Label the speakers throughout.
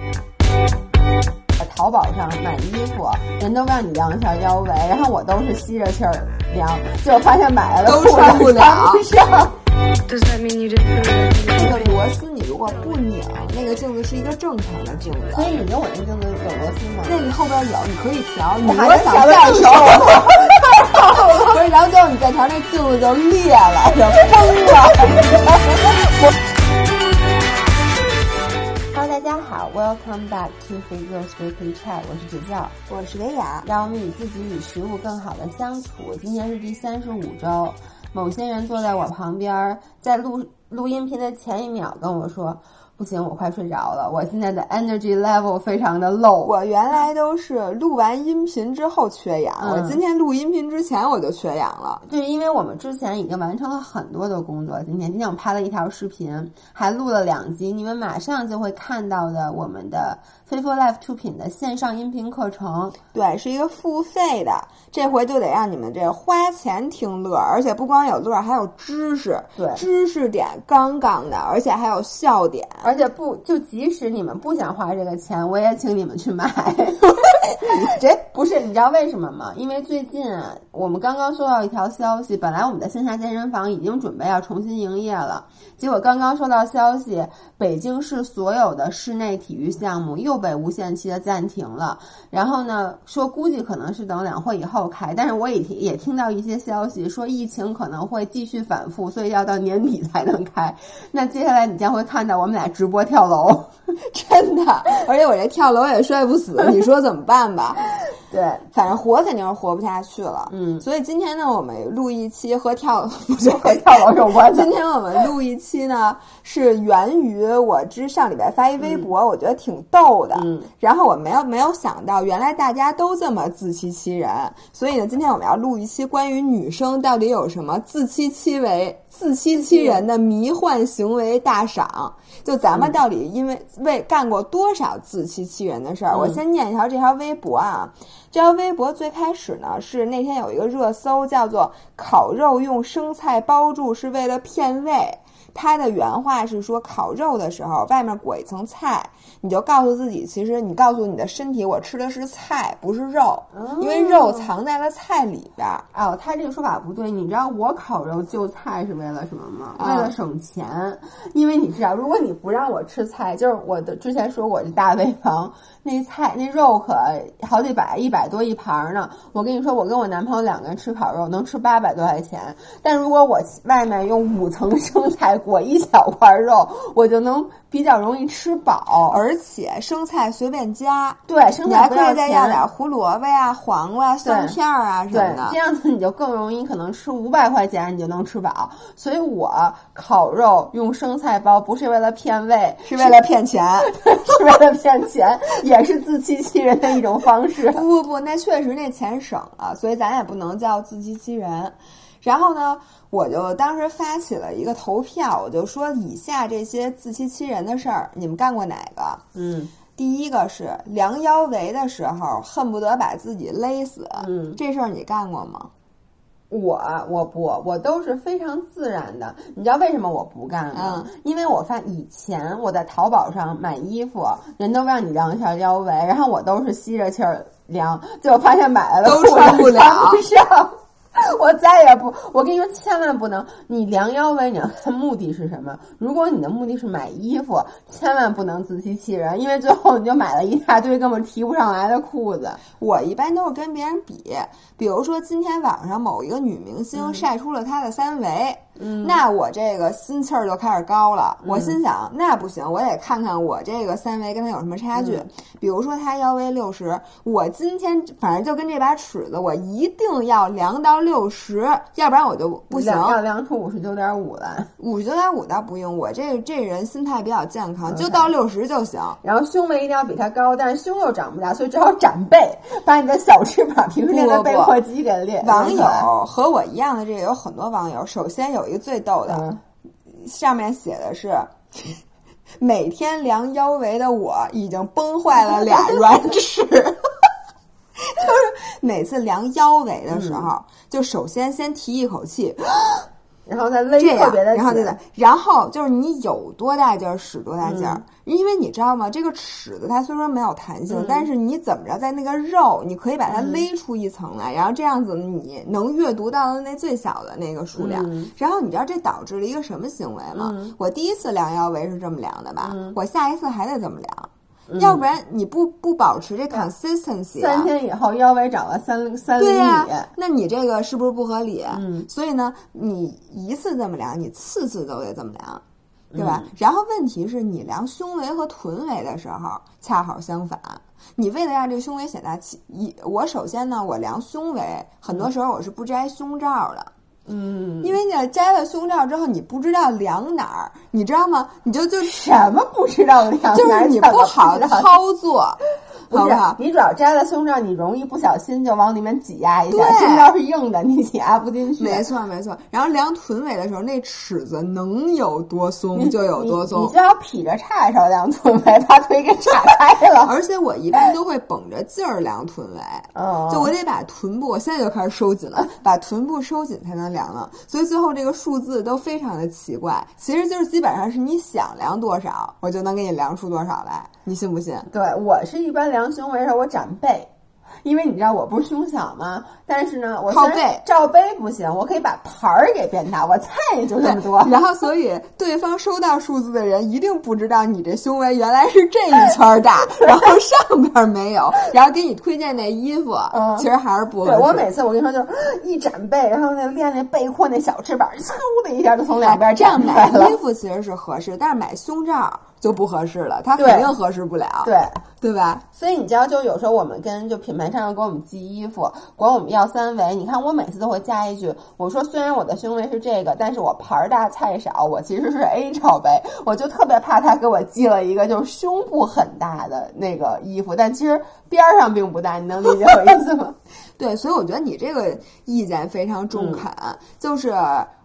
Speaker 1: 呃宝上买衣服，人都让你量一下腰围，然后我都是吸着气儿量，结果发现买来的
Speaker 2: 都
Speaker 1: 裤子
Speaker 2: 穿不了
Speaker 1: 不上。
Speaker 3: Does that mean you didn't put it in?
Speaker 2: 那个螺丝你如果不拧，那个镜子是一个正常的镜
Speaker 1: 所
Speaker 2: 子，
Speaker 1: 以你跟我那镜子有螺丝吗？
Speaker 2: 那个后边有，你可以调。你
Speaker 1: 我
Speaker 2: 还
Speaker 1: 想
Speaker 2: 想
Speaker 1: 再
Speaker 2: 再
Speaker 1: 瘦
Speaker 2: 调？
Speaker 1: 不是，然后最后你再瞧，那镜子就裂了，就崩了。Hello，大家好，Welcome back to f i g u r e Weekly Chat，我是指教，
Speaker 2: 我是维雅，
Speaker 1: 让我们与自己与食物更好的相处。今年是第三十五周，某些人坐在我旁边，在录录音频的前一秒跟我说：“不行，我快睡着了，我现在的 energy level 非常的 low。”啊
Speaker 2: 我原来都是录完音频之后缺氧，
Speaker 1: 嗯
Speaker 2: 我今天录音频之前我就缺氧了。
Speaker 1: 对，因为我们之前已经完成了很多的工作，今天今天我们拍了一条视频，还录了两集，你们马上就会看到的我们的 Faithful Life 出品的线上音频课程。
Speaker 2: 对，是一个付费的，这回就得让你们这花钱听乐，而且不光有乐，还有知识，
Speaker 1: 对
Speaker 2: 知识点杠杠的，而且还有笑点。
Speaker 1: 而且不就即使你们不想花这个钱，我也请你们去买。哎
Speaker 2: 你这
Speaker 1: 不是，你知道为什么吗？因为最近啊，我们刚刚收到一条消息，本来我们的线下健身房已经准备要重新营业了，结果刚刚收到消息，北京市所有的室内体育项目又被无限期的暂停了。然后呢，说估计可能是等两会以后开，但是我也听也听到一些消息说疫情可能会继续反复，所以要到年底才能开。那接下来你将会看到我们俩直播跳楼。
Speaker 2: 真的，而且我这跳楼也摔不死，你说怎么办吧？
Speaker 1: 对，
Speaker 2: 反正活肯定是活不下去了。
Speaker 1: 嗯
Speaker 2: 所以今天呢，我们录一期和跳 不是
Speaker 1: 和跳 楼有关的
Speaker 2: 今天我们录一期呢，是源于我之上礼拜发一微博，我觉得挺逗的。
Speaker 1: 嗯
Speaker 2: 然后我没有没有想到，原来大家都这么自欺欺人。所以呢，今天我们要录一期关于女生到底有什么自欺欺为。自欺欺人的迷幻行为大赏，就咱们到底因为为干过多少自欺欺人的事儿？我先念一条这条微博啊，这条微博最开始呢是那天有一个热搜叫做“烤肉用生菜包住是为了骗胃”，它的原话是说烤肉的时候外面裹一层菜，你就告诉自己，其实你告诉你的身体，我吃的是菜，不是肉，因为肉藏在了菜里边儿。
Speaker 1: 哦，他这个说法不对。你知道我烤肉就菜是为了什么吗？
Speaker 2: 啊
Speaker 1: 为了省钱，因为你知道，如果你不让我吃菜，就是我的之前说我的大胃房那菜那肉可好几百，一百多一盘儿呢。我跟你说，我跟我男朋友两个人吃烤肉能吃八百多块钱，但如果我外面用五层生菜裹一小块肉，我就能比较容易吃饱。
Speaker 2: 而且生菜随便加，
Speaker 1: 对，生
Speaker 2: 你
Speaker 1: 菜
Speaker 2: 还
Speaker 1: 不
Speaker 2: 可
Speaker 1: 要
Speaker 2: 以再要
Speaker 1: 钱。
Speaker 2: 点胡萝卜呀、黄瓜、蒜片儿啊什
Speaker 1: 对
Speaker 2: 么，
Speaker 1: 这
Speaker 2: 的。
Speaker 1: 样子你就更容易可能吃五百块钱你就能吃饱。所以我烤肉用生菜包不是为了骗胃，
Speaker 2: 是为了骗钱，
Speaker 1: 是为了骗钱，也是自欺欺人的一种方式
Speaker 2: 不。不不，那确实那钱省了，所以咱也不能叫自欺欺人。然后呢，我就当时发起了一个投票，我就说以下这些自欺欺人的事儿，你们干过哪个？
Speaker 1: 嗯，
Speaker 2: 第一个是量腰围的时候，恨不得把自己勒死。
Speaker 1: 嗯
Speaker 2: 这事儿你干过吗？
Speaker 1: 我我不我都是非常自然的，你知道为什么我不干吗？
Speaker 2: 嗯
Speaker 1: 因为我发以前我在淘宝上买衣服，人都让你量一下腰围，然后我都是吸着气儿量，结果发现买了
Speaker 2: 都
Speaker 1: 裤子
Speaker 2: 穿不了
Speaker 1: 穿不上。我再也不，我跟你说，千万不能，你量腰围，你要看目的是什么。如果你的目的是买衣服，千万不能自欺欺人，因为最后你就买了一大堆根本提不上来的裤子。
Speaker 2: 我一般都是跟别人比，比如说今天晚上某一个女明
Speaker 1: 嗯
Speaker 2: 星晒出了她的三围，嗯，那我这个心气儿就开始高了。
Speaker 1: 嗯
Speaker 2: 我心想，那不行，我得看看我这个三围跟她有什么差
Speaker 1: 嗯
Speaker 2: 距。比如说她腰围六十，我今天反正就跟这把尺子，我一定要量到六十，要不然我就不行。
Speaker 1: 量要量出五十九点五来。
Speaker 2: 五十九点五倒不用，我这这人心态比较健康，
Speaker 1: 嗯
Speaker 2: 就到六十就行。
Speaker 1: 然后胸围一定要比它高，但是胸又长不大，所以只好展背，把你的小翅膀平时练的背阔肌给练。
Speaker 2: 网
Speaker 1: 练出来
Speaker 2: 友和我一样的，这个有很多网友。首先有一个最逗的，
Speaker 1: 嗯
Speaker 2: 上面写的是。 每天量腰围的我已经崩坏了俩软 尺，就是每次量腰围的时候，就首先先提一口气，
Speaker 1: 然后再勒
Speaker 2: 这
Speaker 1: 特
Speaker 2: 样，
Speaker 1: 别的紧，
Speaker 2: 然后对对，然后就是你有多大劲儿使多大劲儿，
Speaker 1: 嗯
Speaker 2: 因为你知道吗？这个尺子它虽说没有弹性，但是你怎么着在那个肉，你可以把它
Speaker 1: 嗯
Speaker 2: 勒出一层来，然后这样子你能阅读到的那最小的那个数量。
Speaker 1: 嗯
Speaker 2: 然后你知道这导致了一个什么行为吗？我第一次量腰围是这么量的吧，
Speaker 1: 嗯
Speaker 2: 我下一次还得这么量。要不然你不不保持这 consistency，、啊、
Speaker 1: 三天以后腰围长了三三厘
Speaker 2: 对
Speaker 1: 米，
Speaker 2: 呀、那你这个是不是不合理？嗯，所以呢，你一次这么量，你次次都得这么量，对吧？然后问题是你量胸围和臀围的时候恰好相反。你为了让这个胸围显大气，一我首先呢，我量胸围，很多时候我是不摘胸罩的，
Speaker 1: 嗯，
Speaker 2: 因为你摘了胸罩之后，你不知道量哪儿，你知道吗？你就就
Speaker 1: 什么不知道的量，
Speaker 2: 就是你
Speaker 1: 哪儿怎
Speaker 2: 不
Speaker 1: 么
Speaker 2: 好
Speaker 1: 知道
Speaker 2: 操作，
Speaker 1: 不
Speaker 2: 好
Speaker 1: 是
Speaker 2: 不好？
Speaker 1: 你主要摘了胸罩，你容易不小心就往里面挤压一下，
Speaker 2: 对
Speaker 1: 胸罩是硬的，你挤压不进去。
Speaker 2: 没错，没错。然后量臀围的时候，那尺子能有多松就有多
Speaker 1: 嗯你
Speaker 2: 松
Speaker 1: 你。就要劈着叉烧量臀围，把腿给岔开了。
Speaker 2: 而且我一般都会绷着劲儿量臀围，
Speaker 1: 哦
Speaker 2: 就我得把臀部，我现在就开始收紧 了，把臀部收紧才能量了。所以最后这个数字都非常的奇怪，其实就是基本上是你想量多少，我就能给你量出多少来，你信不信？
Speaker 1: 对我是一般量胸围的时候，我展背。因为你知道我不是胸小吗？但是呢，我
Speaker 2: 靠
Speaker 1: 虽然
Speaker 2: 背
Speaker 1: 罩杯不行，我可以把牌儿给变大，我菜就这么多。
Speaker 2: 然后，所以对方收到数字的人一定不知道你这胸围原来是这一圈儿 大，然后上边儿没有，然后给你推荐那衣服，
Speaker 1: 嗯
Speaker 2: 其实还是不合
Speaker 1: 对
Speaker 2: 适。
Speaker 1: 我每次我跟你说就是一展背，然后那练那背阔那小翅膀，嗖的一下就从两边
Speaker 2: 哎这样
Speaker 1: 展
Speaker 2: 买
Speaker 1: 开了
Speaker 2: 衣。服其实是合适，但是买胸罩就不合适了，它
Speaker 1: 对
Speaker 2: 肯定合适不了，
Speaker 1: 对，
Speaker 2: 对吧？
Speaker 1: 所以你知道，就有时候我们跟就品牌商要管我们寄衣服，管我们要三围。你看，我每次都会加一句，我说虽然我的胸围是这个，但是我牌儿大菜少，我其实是 A 罩杯。我就特别怕他给我寄了一个就是胸部很大的那个衣服，但其实边儿上并不大，你能理解我意思吗？
Speaker 2: 对，所以我觉得你这个意见非常
Speaker 1: 嗯
Speaker 2: 中肯，就是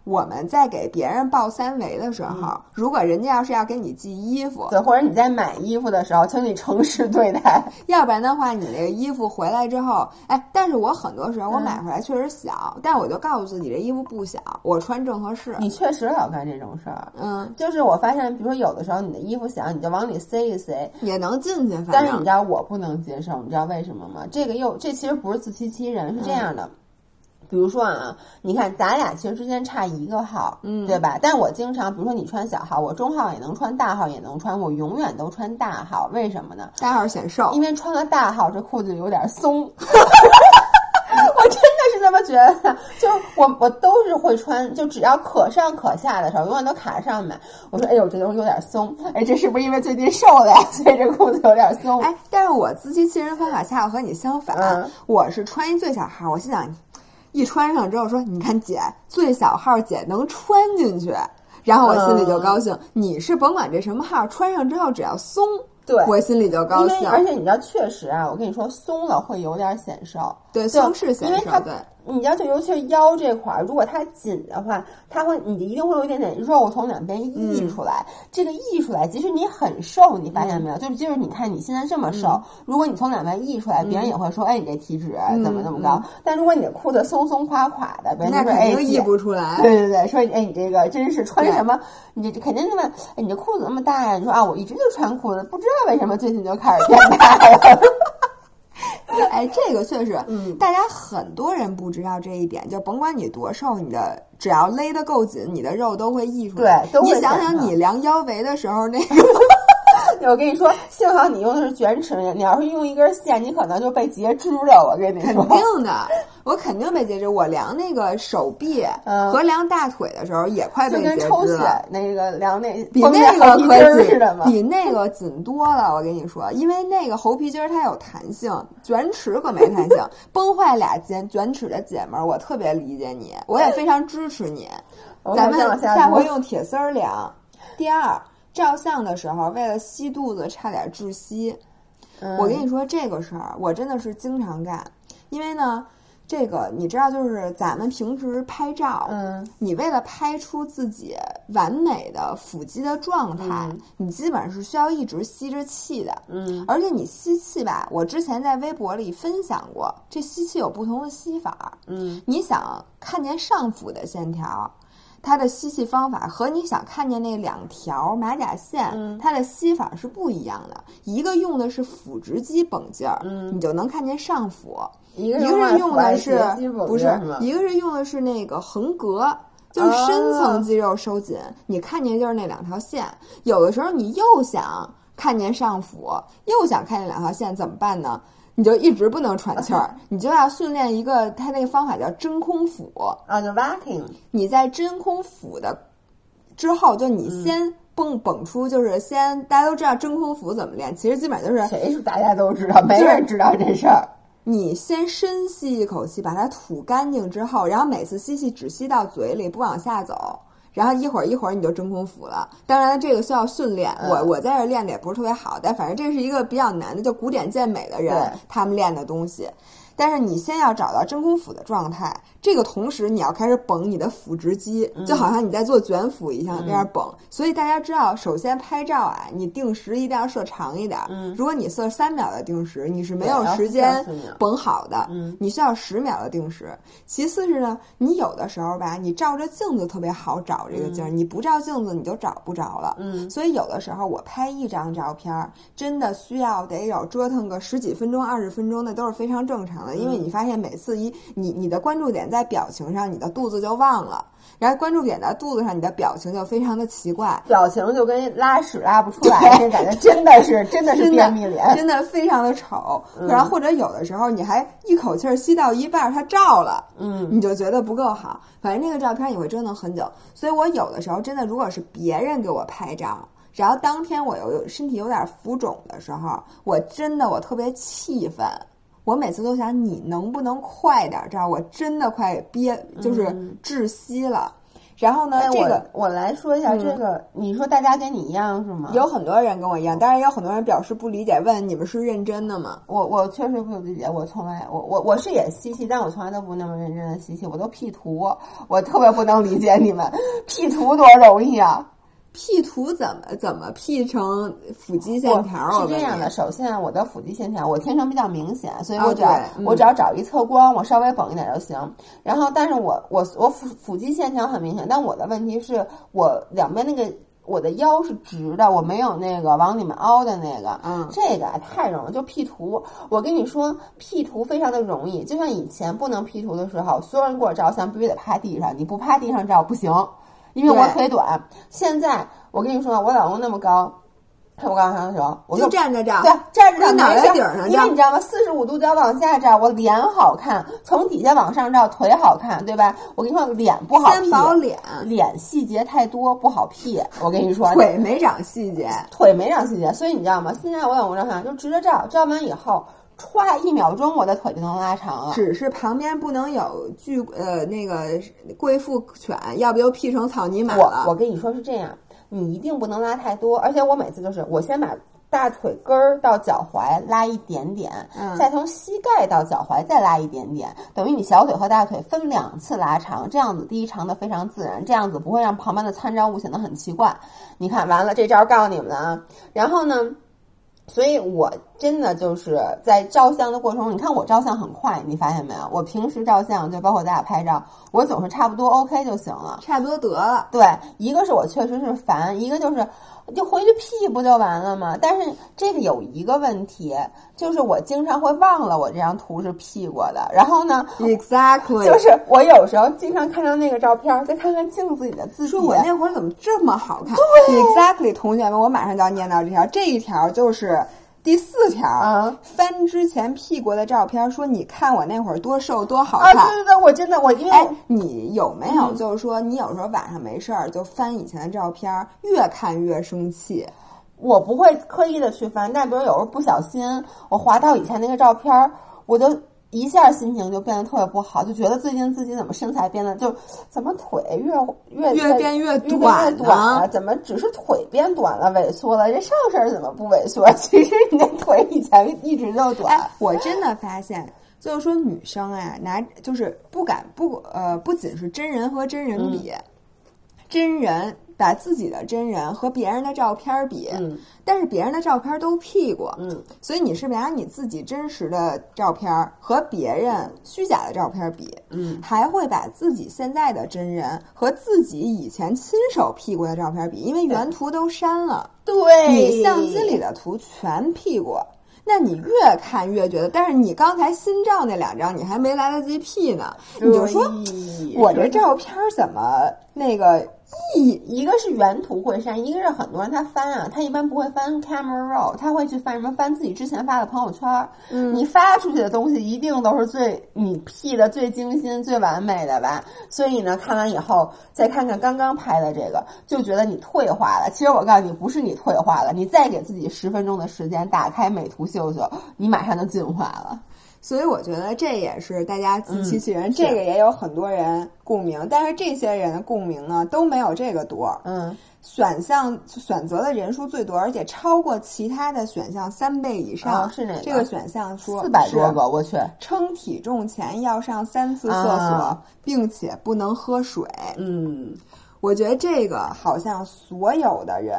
Speaker 2: 我们在给别人报三围的时候，如果人家要是要给你寄衣服，
Speaker 1: 嗯对，或者你在买衣服的时候，请你诚实对待。
Speaker 2: 要不然的话，你那个衣服回来之后，哎，但是我很多时候
Speaker 1: 嗯
Speaker 2: 我买回来确实小，但我就告诉自己这衣服不小，我穿正合适。
Speaker 1: 你确实老干这种事儿。
Speaker 2: 嗯，
Speaker 1: 就是我发现，比如说有的时候你的衣服小，你就往里塞一塞，
Speaker 2: 也能进去，反
Speaker 1: 但是你知
Speaker 2: 正
Speaker 1: 道我不能接受，你知道为什么吗？这个又这其实不是自欺欺人，是这样的。比如说啊，你看咱俩其实之间差一个号，嗯，对吧？但我经常，比如说你穿小号，我中号也能穿，大号也能穿，我永远都穿大号，为什么呢？
Speaker 2: 大号显瘦
Speaker 1: 因。为穿了大号，这裤子有点松。我真的是这么觉得，就我我都是会穿，就只要可上可下的时候，永远都卡上面。我说，哎呦，这东西有点松，哎，这是不是因为最近瘦了呀？ 所以这裤子有点松。
Speaker 2: 哎，但是我自欺欺人方法恰好和你相反，
Speaker 1: 嗯
Speaker 2: 我是穿一最小号，我心想，一穿上之后说，你看姐最小号姐能穿进去，然后我心里就高兴。
Speaker 1: 嗯
Speaker 2: 你是甭管这什么号，穿上之后只要松，
Speaker 1: 对
Speaker 2: 我心里就高
Speaker 1: 因为
Speaker 2: 兴。
Speaker 1: 而且你知道，确实啊，我跟你说，松了会有点显瘦。
Speaker 2: 对
Speaker 1: 就
Speaker 2: 松是显
Speaker 1: 因为
Speaker 2: 瘦
Speaker 1: 它
Speaker 2: 对
Speaker 1: 你知道，就尤其是腰这块儿，如果它紧的话，它会你一定会有一点点肉从两边溢出来。
Speaker 2: 嗯
Speaker 1: 这个溢出来，即使你很瘦，你发现没有？就是就是你看你现在这么
Speaker 2: 嗯
Speaker 1: 瘦，如果你从两边溢出来，别人也会说，哎，你这体脂怎么那么高？但如果你的裤子松松垮垮的，别人
Speaker 2: 嗯那
Speaker 1: 就说，
Speaker 2: 肯
Speaker 1: 哎，
Speaker 2: 定
Speaker 1: 姐
Speaker 2: 溢不出来。
Speaker 1: 对对对，说你哎，你这个真是穿什么？哎你这肯定就问，哎，你这裤子那么大呀？你说啊，我一直就穿裤子，不知道为什么最近就开始变大了。
Speaker 2: 哎，这个确实，
Speaker 1: 嗯
Speaker 2: 大家很多人不知道这一点，就甭管你多瘦，你的只要勒得够紧，你的肉都会溢出来。
Speaker 1: 对都会
Speaker 2: 你想
Speaker 1: 散
Speaker 2: 想，
Speaker 1: 的
Speaker 2: 你量腰围的时 候，那个
Speaker 1: 我跟你说，幸好你用的是卷尺，你要是用一根线，你可能就被截肢了。我跟你
Speaker 2: 肯
Speaker 1: 说，
Speaker 2: 定的，我肯定被截肢。我量那个手臂
Speaker 1: 嗯
Speaker 2: 和量大腿的时候，也快
Speaker 1: 就
Speaker 2: 被
Speaker 1: 跟
Speaker 2: 截
Speaker 1: 抽
Speaker 2: 肢
Speaker 1: 血
Speaker 2: 了。
Speaker 1: 那个量那
Speaker 2: 比
Speaker 1: 绷着
Speaker 2: 那个
Speaker 1: 后皮筋
Speaker 2: 可
Speaker 1: 儿似的
Speaker 2: 紧，
Speaker 1: 嘛。
Speaker 2: 比那个紧多了。我跟你说，因为那个猴皮筋儿它有弹性，卷尺可没弹性。 崩坏俩肩卷尺的姐们儿，我特别理解你，我也非常支持你。
Speaker 1: 我想
Speaker 2: 咱们
Speaker 1: 再往
Speaker 2: 下
Speaker 1: 下
Speaker 2: 回
Speaker 1: 说，
Speaker 2: 用铁丝儿量。第二，照相的时候为了吸肚子差点窒息。
Speaker 1: 嗯
Speaker 2: 我跟你说这个事儿，我真的是经常干，因为呢，这个你知道，就是咱们平时拍照，
Speaker 1: 嗯，
Speaker 2: 你为了拍出自己完美的腹肌的状态，你基本上是需要一直吸着气的，
Speaker 1: 嗯，
Speaker 2: 而且你吸气吧，我之前在微博里分享过，这吸气有不同的吸法，
Speaker 1: 嗯，
Speaker 2: 你想看见上腹的线条。它的吸气方法和你想看见那两条马甲线，
Speaker 1: 嗯
Speaker 2: 它的吸法是不一样的。一个用的是腹直肌绷劲儿，
Speaker 1: 嗯
Speaker 2: 你就能看见上腹；
Speaker 1: 一个
Speaker 2: 一个
Speaker 1: 是
Speaker 2: 是用的是不
Speaker 1: 是
Speaker 2: 是
Speaker 1: 吗？
Speaker 2: 一个是用的是那个横膈，就是深层肌肉收紧，你看见就是那两条线。有的时候你又想看见上腹，又想看见两条线，怎么办呢？你就一直不能喘气儿，你就要训练一个，它那个方法叫真空腹。
Speaker 1: 啊，就 walking，
Speaker 2: 你在真空腹的之后，就你先蹦蹦出，就是先大家都知道真空腹怎么练，其实基本上就是
Speaker 1: 谁是大家都知道，没
Speaker 2: 就是
Speaker 1: 人知道这事儿。
Speaker 2: 你先深吸一口气，把它吐干净之后，然后每次吸气只吸到嘴里，不往下走。然后一会儿一会儿你就真空腹了，当然了这个需要训练，
Speaker 1: 嗯
Speaker 2: 我我在这儿练的也不是特别好，但反正这是一个比较难的，就古典健美的人
Speaker 1: 对
Speaker 2: 他们练的东西。但是你先要找到真空腹的状态，这个同时你要开始绷你的腹直肌，
Speaker 1: 嗯
Speaker 2: 就好像你在做卷腹一样，在那儿绷。所以大家知道，首先拍照啊，你定时一定要设长一点。
Speaker 1: 嗯
Speaker 2: 如果你设三秒的定时，你是没
Speaker 1: 对
Speaker 2: 有
Speaker 1: 然后
Speaker 2: 时
Speaker 1: 四
Speaker 2: 间
Speaker 1: 四秒
Speaker 2: 绷好的，
Speaker 1: 嗯
Speaker 2: 你需要十秒的定时。其次是呢，你有的时候吧，你照着镜子特别好找这个劲儿，你不照镜子你就找不着了。
Speaker 1: 嗯
Speaker 2: 所以有的时候我拍一张照片儿，真的需要得有折腾个十几分钟、二十分钟的都是非常正常的，
Speaker 1: 嗯
Speaker 2: 因为你发现每次一你你的关注点在表情上，你的肚子就忘了，然后关注点在肚子上，你的表情就非常的奇怪。
Speaker 1: 表情就跟拉屎拉不出来，那感觉 真的是真的是
Speaker 2: 真
Speaker 1: 便
Speaker 2: 的
Speaker 1: 秘脸。嗯
Speaker 2: 真的非常的丑。然后或者有的时候你还一口气儿吸到一半儿，它照了，
Speaker 1: 嗯，
Speaker 2: 你就觉得不够好。反正那个照片你会折腾很久。所以我有的时候真的，如果是别人给我拍照。然后当天我有有身体有点浮肿的时候，我真的我特别气愤，我每次都想你能不能快点照，我真的快憋就是窒息了。然后呢，
Speaker 1: 哎，
Speaker 2: 这个
Speaker 1: 我我来说一下这个，你说大家跟你一样是吗？
Speaker 2: 有很多人跟我一样，当然也有很多人表示不理解，问你们是认真的吗？
Speaker 1: 我我确实不理解，我从来我我我是也吸气，但我从来都不那么认真的吸气，我都 P 图，我特别不能理解你们 P 图多容易啊！
Speaker 2: P 图怎么怎么 P 成腹肌线
Speaker 1: 我
Speaker 2: 条儿？我
Speaker 1: 是这
Speaker 2: 问
Speaker 1: 样
Speaker 2: 你
Speaker 1: 的，，首先我的腹肌线条我天生比较明显，所以
Speaker 2: 啊
Speaker 1: 我只要、
Speaker 2: 对嗯
Speaker 1: 我只要找一侧光，我稍微绷一点就行。然后，但是我我我腹腹肌线条很明显，但我的问题是我两边那个。我的腰是直的，我没有那个往里面凹的那个，
Speaker 2: 嗯
Speaker 1: 这个啊太容易，就 P 图。我跟你说，P 图非常的容易，就像以前不能 P 图的时候，所有人给我照相必须得趴地上，你不趴地上照不行，因为我
Speaker 2: 对
Speaker 1: 腿短。现在我跟你说，我老公那么高，我刚才说，我
Speaker 2: 就
Speaker 1: 就
Speaker 2: 站着照。
Speaker 1: 对，站着
Speaker 2: 搁
Speaker 1: 照
Speaker 2: 脑
Speaker 1: 没
Speaker 2: 袋
Speaker 1: 事儿
Speaker 2: 顶上
Speaker 1: 因
Speaker 2: 照
Speaker 1: 为你知道吗？四十五度角往下照，我脸好看；从底下往上照，腿好看，对吧？我跟你说，脸不好
Speaker 2: 三宝
Speaker 1: 屁，
Speaker 2: 脸，
Speaker 1: 脸细节太多不好屁。我跟你说，
Speaker 2: 腿没长细节，
Speaker 1: 腿没长细节，所以你知道吗？现在我有照相就直着照，照完以后，歘一秒钟，我的腿就能拉长了。
Speaker 2: 只是旁边不能有巨呃那个贵妇犬，要不就 P 成草泥马
Speaker 1: 我
Speaker 2: 了。
Speaker 1: 我跟你说是这样，你一定不能拉太多，而且我每次就是我先把大腿根儿到脚踝拉一点点，
Speaker 2: 嗯
Speaker 1: 再从膝盖到脚踝再拉一点点，等于你小腿和大腿分两次拉长，这样子第一长的非常自然，这样子不会让旁边的参照物显得很奇怪。你看完了这招告诉你们了啊，然后呢？所以我真的就是在照相的过程中，你看我照相很快，你发现没有？我平时照相就包括咱俩拍照，我总是差不多 OK 就行了。
Speaker 2: 差不多得了。
Speaker 1: 对，一个是我确实是烦，一个就是就回去 P 不就完了吗？但是这个有一个问题，就是我经常会忘了我这张图是 P 过的，然后呢。
Speaker 2: 嗯 Exactly，
Speaker 1: 就是我有时候经常看到那个照片儿，再看看镜子里的自己，
Speaker 2: 说我那会儿怎么这么好看？对，exactly，同学们，我马上就要念到这条，这一条就是。第四条，
Speaker 1: 啊
Speaker 2: 翻之前 P 过的照片，说你看我那会儿多瘦多好
Speaker 1: 啊，
Speaker 2: 看，
Speaker 1: 对对对，我真的我因为
Speaker 2: 哎，你有没有
Speaker 1: 嗯
Speaker 2: 就是说，你有时候晚上没事儿就翻以前的照片儿，越看越生气？
Speaker 1: 我不会刻意的去翻，但比如有时候不小心我滑到以前那个照片儿，我就一下心情就变得特别不好，就觉得最近自己怎么身材变得就怎么腿越越
Speaker 2: 越变越
Speaker 1: 越
Speaker 2: 短
Speaker 1: 越短
Speaker 2: 呢
Speaker 1: 了，怎么只是腿变短了萎缩了，这上身怎么不萎缩？其实你那腿以前一直就短。
Speaker 2: 哎，我真的发现，就是说女
Speaker 1: 嗯
Speaker 2: 生啊，拿就是不敢不呃，不仅是真人和真人比，真人把自己的真人和别人的照片儿比，
Speaker 1: 嗯
Speaker 2: 但是别人的照片儿都 P 过，
Speaker 1: 嗯，
Speaker 2: 所以你是拿你自己真实的照片儿和别人虚假的照片儿比，
Speaker 1: 嗯，
Speaker 2: 还会把自己现在的真人和自己以前亲手 P 过的照片儿比，因为原图都删了，
Speaker 1: 对
Speaker 2: 你相机里的图全 P 过。那你越看越觉得，但是你刚才新照那两张你还没来得及 P 呢，你就
Speaker 1: 哎
Speaker 2: 说
Speaker 1: 对
Speaker 2: 我这照片儿怎么那个意
Speaker 1: 一个是原图会删，一个是很多人他翻啊，他一般不会翻 camera roll，他会去翻什么翻自己之前发的朋友圈儿。你发出去的东西一定都是最你 P 的最精心、最完美的吧？所以呢，看完以后再看看刚刚拍的这个，就觉得你退化了。其实我告诉你，不是你退化了，你再给自己十分钟的时间，打开美图秀秀，你马上就进化了。
Speaker 2: 所以我觉得这也是大家自欺欺人，
Speaker 1: 嗯
Speaker 2: 这
Speaker 1: 是
Speaker 2: 个也有很多人共鸣，但是这些人的共鸣呢都没有这个多，
Speaker 1: 嗯，
Speaker 2: 选项选择的人数最多，而且超过其他的选项三倍以上。
Speaker 1: 哦是哪个
Speaker 2: 这个选项说
Speaker 1: 四百多
Speaker 2: 是啊
Speaker 1: 个，我去，
Speaker 2: 称体重前要上三次厕所，
Speaker 1: 啊
Speaker 2: 并且不能喝水。
Speaker 1: 嗯，
Speaker 2: 我觉得这个好像所有的人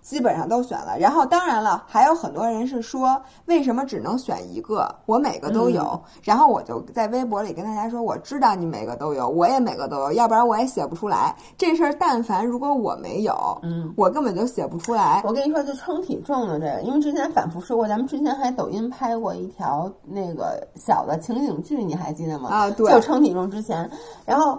Speaker 2: 基本上都选了，然后当然了，还有很多人是说为什么只能选一个？我每个都有，
Speaker 1: 嗯
Speaker 2: 然后我就在微博里跟大家说，我知道你每个都有，我也每个都有，要不然我也写不出来这事儿。但凡如果我没有，
Speaker 1: 嗯，
Speaker 2: 我根本就写不出来。
Speaker 1: 我跟你说，就称体重的这个，因为之前反复说过，咱们之前还抖音拍过一条那个小的情景剧，你还记得吗？
Speaker 2: 啊对
Speaker 1: 就称体重之前，然后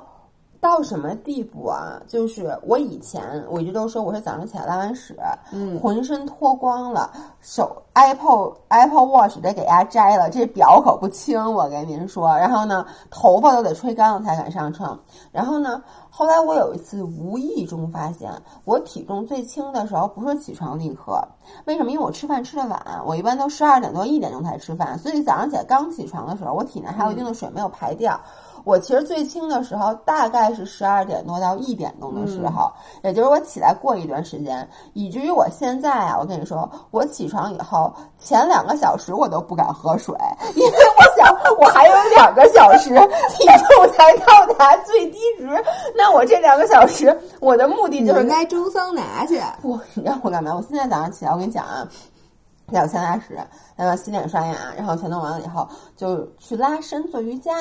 Speaker 1: 到什么地步啊？就是我以前我一直都说，我是早上起来拉完屎，
Speaker 2: 嗯
Speaker 1: 浑身脱光了，手 Apple Apple Watch 得给它摘了，这表可不轻，我跟您说。然后呢，头发都得吹干了才敢上秤。然后呢，后来我有一次无意中发现，我体重最轻的时候不是起床那一刻，为什么？因为我吃饭吃的晚，我一般都十二点多一点钟才吃饭，所以早上起来刚起床的时候，我体内还有一定的水没有排掉。我其实最轻的时候大概是十二点多到一点钟的时候，也就是我起来过一段时间，以至于我现在啊，我跟你说，我起床以后前两个小时我都不敢喝水，因为我想我还有两个小时体重才到达最低值，那我这两个小时我的目的
Speaker 2: 你
Speaker 1: 就是嗯
Speaker 2: 应该蒸桑拿去，
Speaker 1: 不，你 让我干嘛？我现在早上起来，我跟你讲啊，两千拉屎，然后洗脸刷牙，然后全弄完了以后，就去拉伸做瑜伽。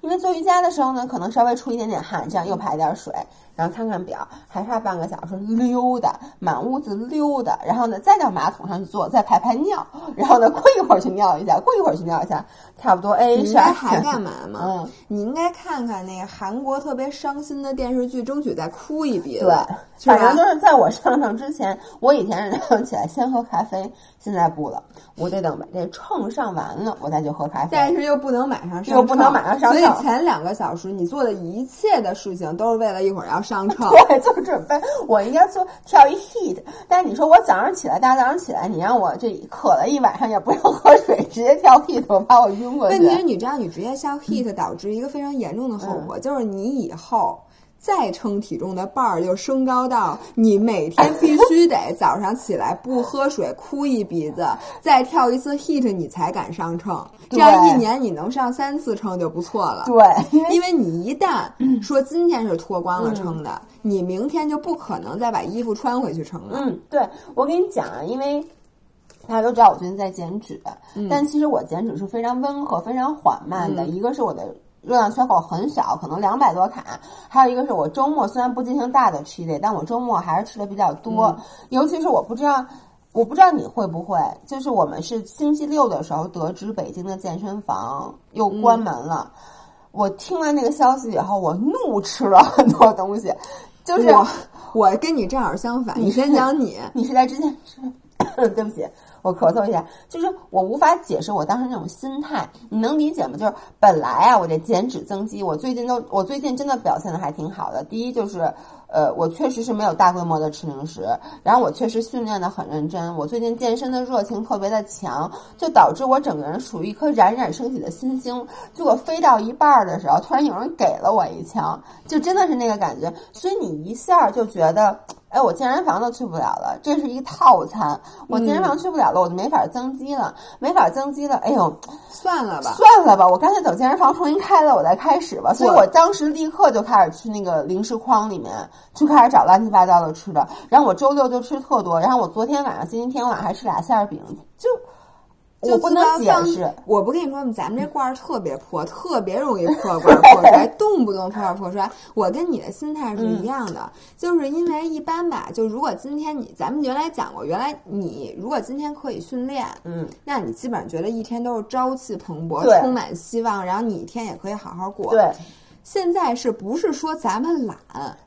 Speaker 1: 因为做瑜伽的时候呢，可能稍微出一点点汗，这样又排点水，然后看看表，还差半个小时溜达，满屋子溜达，然后呢再到马桶上去坐，再排排尿，然后呢过一会儿去尿一下，过一会儿去尿一下，差不多哎，
Speaker 2: 你应
Speaker 1: 是
Speaker 2: 该还干嘛吗？
Speaker 1: 嗯，
Speaker 2: 你应该看看那个韩国特别伤心的电视剧，争取再哭一鼻子。
Speaker 1: 对，
Speaker 2: 是吧
Speaker 1: 反正就是在我上秤之前，我以前是早上起来先喝咖啡，现在不了，我得等把这秤上完了，我再去喝咖啡。
Speaker 2: 但是又不能马上上秤，
Speaker 1: 又不能马上上秤
Speaker 2: 所以前两个小时你做的一切的事情都是为了一会儿要上 秤。
Speaker 1: 对，做准备，我应该做跳一 heat。但是你说我早上起来，大早上起来，你让我这渴了一晚上也不让喝水，直接跳 heat，我把我晕过去
Speaker 2: 问。题是，你知道你职业效 heat 导致一个非常严重的后
Speaker 1: 嗯
Speaker 2: 果，就是你以后。再称体重的 bar 就升高到你每天必须得早上起来不喝水哭一鼻 子，再跳一次 heat 你才敢上秤。这
Speaker 1: 对
Speaker 2: 样一年你能上三次秤就不错了。
Speaker 1: 对，因为
Speaker 2: 因为你一旦说今天是脱光了称的，
Speaker 1: 嗯
Speaker 2: 你明天就不可能再把衣服穿回去称了。
Speaker 1: 嗯，对，我跟你讲啊，因为大家都知道我最近在减脂，但其实我减脂是非常温和、非常缓慢的。一个是我的热量消耗很少，可能两百多卡；还有一个是我周末虽然不进行大的 cheat day，但我周末还是吃的比较多，尤其是我不知道。我不知道你会不会，就是我们是星期六的时候得知北京的健身房又关门了。我听完那个消息以后，我怒吃了很多东西，就是
Speaker 2: 我 我跟你正好相反，你先讲你。
Speaker 1: 你是在之前吃？ 对不起，我咳嗽一下，就是我无法解释我当时那种心态，你能理解吗？就是本来啊，我这减脂增肌，我最近都，我最近真的表现的还挺好的。第一就是，呃，我确实是没有大规模的吃零食，然后我确实训练的很认真，我最近健身的热情特别的强，就导致我整个人处于一颗冉冉升起的新星。结果飞到一半儿的时候，突然有人给了我一枪，就真的是那个感觉，所以你一下就觉得。哎，我健身房都去不了了，这是一套餐。我健身房去不了了，我就没法增肌了，没法增肌了。哎呦，
Speaker 2: 算了吧。
Speaker 1: 算了吧，我干脆等健身房重新开了，我再开始吧。所以
Speaker 2: 对
Speaker 1: 我当时立刻就开始去那个零食筐里面去开始找乱七八糟的吃的。然后我周六就吃特多，然后我昨天晚上、今天晚上还吃俩馅儿饼，就
Speaker 2: 就
Speaker 1: 我不能
Speaker 2: 鸡
Speaker 1: 解
Speaker 2: 蛋
Speaker 1: 释
Speaker 2: 放。我不跟你说吗？咱们这罐儿特别 破，特别容易破罐儿破摔，动不动破罐儿破摔。我跟你的心态是一样的，
Speaker 1: 嗯
Speaker 2: 就是因为一般吧，就如果今天你，咱们原来讲过，原来你如果今天可以训练，
Speaker 1: 嗯，
Speaker 2: 那你基本上觉得一天都是朝气蓬勃
Speaker 1: 对，
Speaker 2: 充满希望，然后你一天也可以好好过。
Speaker 1: 对，
Speaker 2: 现在是不是说咱们懒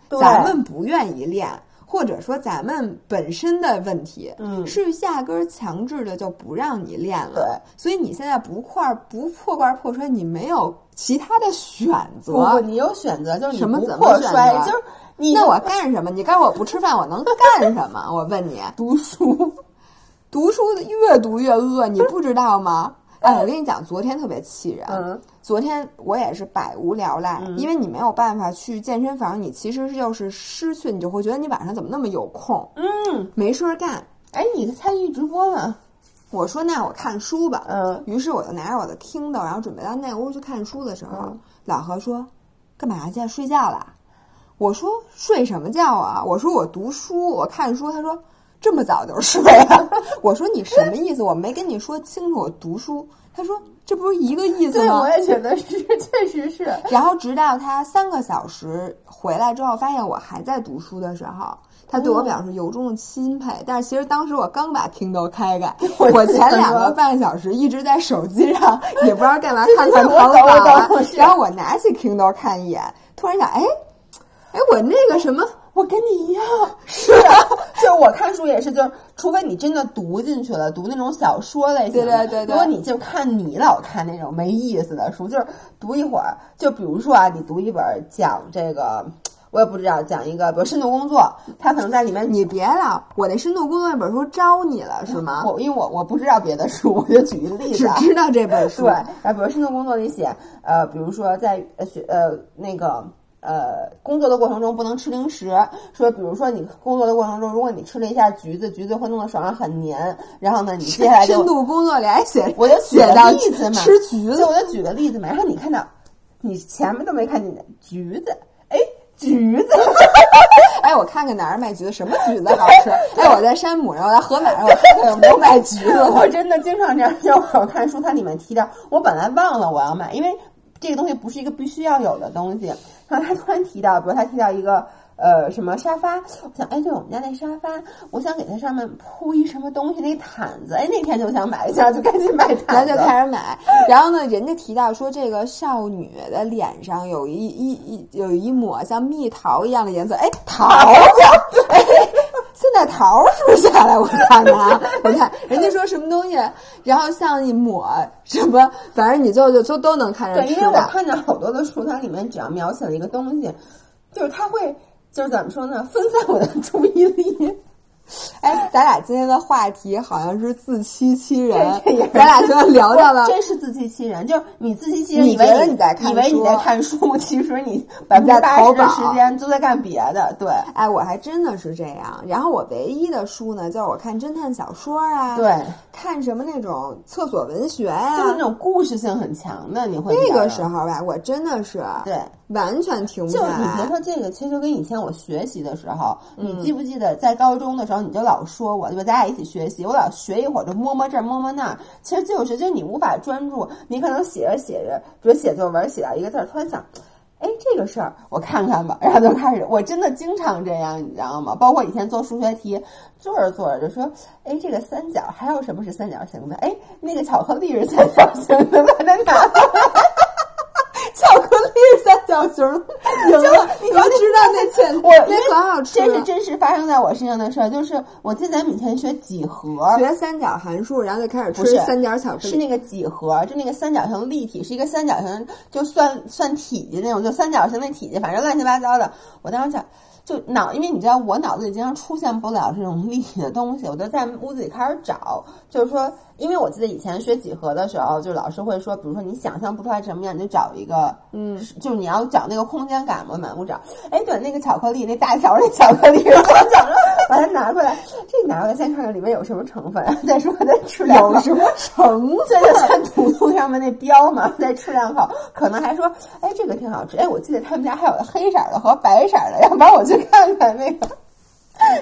Speaker 1: 对，
Speaker 2: 咱们不愿意练，或者说咱们本身的问题，
Speaker 1: 嗯
Speaker 2: 是压根儿强制的就不让你练了。
Speaker 1: 对
Speaker 2: 所以你现在不块不破罐破摔，你没有其他的选择。
Speaker 1: 不不，你有选择，就是你
Speaker 2: 什么
Speaker 1: 不
Speaker 2: 怎么
Speaker 1: 破
Speaker 2: 选
Speaker 1: 摔，
Speaker 2: 择
Speaker 1: 就是你
Speaker 2: 那我干什么？你告诉我不吃饭，我能干什么？我问你，
Speaker 1: 读书，
Speaker 2: 读书的越读越 饿，你不知道吗？哎，我跟你讲，昨天特别气人。
Speaker 1: 嗯
Speaker 2: 昨天我也是百无聊赖，因为你没有办法去健身房，你其实是就是失去，你就会觉得你晚上怎么那么有空，
Speaker 1: 嗯，
Speaker 2: 没事儿干。
Speaker 1: 哎，你参与直播吗？
Speaker 2: 我说那我看书吧，呃
Speaker 1: 嗯
Speaker 2: 于是我就拿着我的 Kindle，然后准备到那屋去看书的时候，
Speaker 1: 嗯
Speaker 2: 老何说：“干嘛去？睡觉啦？”我说：“睡什么觉啊？”我说：“我读书，我看书。”他说：“这么早就睡啊？” 我说：“你什么意思？我没跟你说清楚，我读书。”他说：“这不是一个意思
Speaker 1: 对，
Speaker 2: 吗
Speaker 1: 我？”也觉得是， 确实是，
Speaker 2: 然后直到他三个小时回来之后，发现我还在读书的时候，他对
Speaker 1: 哦
Speaker 2: 我表示由衷的钦佩。但是其实当时我刚把 Kindle 开开，我前两个半小时一直在手机上，也不知道 干嘛，看看淘宝
Speaker 1: 我懂我
Speaker 2: 啊
Speaker 1: 懂我。是
Speaker 2: 然后我拿起 Kindle 看一眼，突然想，哎，哎，我那个什么。
Speaker 1: 我跟你一样，是啊，就是我看书也是，就是除非你真的读进去了，读那种小说类型的，
Speaker 2: 对对对对
Speaker 1: 如果你就看你老看那种没意思的书，就是读一会儿，就比如说啊，你读一本讲这个，我也不知道讲一个，比如深度工作，它可能在里面
Speaker 2: 你别了，我那深度工作那本书招你了是吗？
Speaker 1: 我因为我我不知道别的书，我就举一个例子
Speaker 2: 只
Speaker 1: 啊，
Speaker 2: 知道这本书
Speaker 1: 对，，呃然后比如深度工作里写，呃，比如说在呃学呃那个呃工作的过程中不能吃零食，说比如说你工作的过程中，如果你吃了一下橘子，橘子会弄得手上很黏，然后呢，你接下来就
Speaker 2: 深度工作里还写，
Speaker 1: 我就举
Speaker 2: 写
Speaker 1: 个
Speaker 2: 到
Speaker 1: 例子嘛，
Speaker 2: 吃橘子
Speaker 1: 就我就举个例子嘛，然后你看到你前面都没看见的橘子，哎，橘 子，
Speaker 2: 哎，我看看哪儿卖橘子，什么橘子好吃？哎，我在山姆上，我在河马上，我看看有没有卖橘子
Speaker 1: 我
Speaker 2: 的。
Speaker 1: 真的经常这样，就是我看书，它里面提到，我本来忘了我要买，因为这个东西不是一个必须要有的东西。然后他突然提到，比如他提到一个呃什么沙发，我想，哎，对我们家那沙发，我想给它上面铺一什么东西，那毯子，哎，那天就想买一下，就赶紧 买
Speaker 2: 然后
Speaker 1: 毯子
Speaker 2: 就。开始买，然后呢，人家提到说这个少女的脸上有一一一有一抹像蜜桃一样的颜色，哎， 桃子，哎，现在桃是不是下来？我看看啊，我看人家说什么东西，然后像一抹什么，反正你就就都都能看着
Speaker 1: 对，
Speaker 2: 吃
Speaker 1: 因为我
Speaker 2: 的。
Speaker 1: 看着好多的书，它里面只要描写了一个东西，就是它会，就是怎么说呢，分散我的注意力。
Speaker 2: 哎，咱俩今天的话题好像是自欺欺人
Speaker 1: 这这也，
Speaker 2: 咱俩就聊到了。
Speaker 1: 真是自欺欺人，就是你自欺欺人，
Speaker 2: 啊你
Speaker 1: 以为
Speaker 2: 觉得你在看
Speaker 1: 以为你
Speaker 2: 书
Speaker 1: 在看书， 其实你百分
Speaker 2: 在
Speaker 1: 之八
Speaker 2: 淘
Speaker 1: 十的
Speaker 2: 宝
Speaker 1: 时间都在干别的。对，
Speaker 2: 哎，我还真的是这样。然后我唯一的书呢，就是我看侦探小说啊，
Speaker 1: 对，
Speaker 2: 看什么那种厕所文学呀、
Speaker 1: 就是那种故事性很强的，你会
Speaker 2: 那
Speaker 1: 觉得
Speaker 2: 个时候吧，我真的是
Speaker 1: 对。
Speaker 2: 完全停不
Speaker 1: 就
Speaker 2: 下
Speaker 1: 是你别
Speaker 2: 来。
Speaker 1: 说这个，其实就跟以前我学习的时候，你记不记得在高中的时候，你就老说我，对吧？咱俩一起学习，我老学一会儿就摸摸这儿摸摸那儿，其实就是就是你无法专注，你可能写着写着，比如写作文写到一个字儿，突然想，哎，这个事儿我看看吧， 然后就开始，我真的经常这样，你知道吗？包括以前做数学题，做着做着就说，哎，这个三角还有什么是三角形的？哎，那个巧克力是三角形的，把它拿过来。
Speaker 2: 巧克力三角形儿赢了，你 就知道那钱，
Speaker 1: 我因为
Speaker 2: 那可好吃
Speaker 1: 这是
Speaker 2: 了。
Speaker 1: 真实发生在我身上的事儿，就是我记得咱们以前学几何，
Speaker 2: 学三角函数，然后就开始
Speaker 1: 不
Speaker 2: 吃
Speaker 1: 是
Speaker 2: 三角巧克
Speaker 1: 是
Speaker 2: 力。
Speaker 1: 那个几何，就那个三角形立体，是一个三角形，就算算体积那种，就三角形的体积，反正乱七八糟的。我当时想，就脑，因为你知道我脑子里经常出现不了这种立体的东西，我就在屋子里开始找，就是说，因为我记得以前学几何的时候，就老师会说，比如说你想象不出来什么样，你就找一个，嗯，就是你要找那个空间感嘛，满屋找。哎，对，那个巧克力，那大条儿那巧克力，我找着把它拿回来，这拿回来先看看里面有什么成分，再说再吃两口。
Speaker 2: 有什么成分？
Speaker 1: 这就看土豆上面那标嘛，再吃两口，可能还说，哎，这个挺好吃。哎，我记得他们家还有黑色儿的和白色儿的，要不然我去看看那个。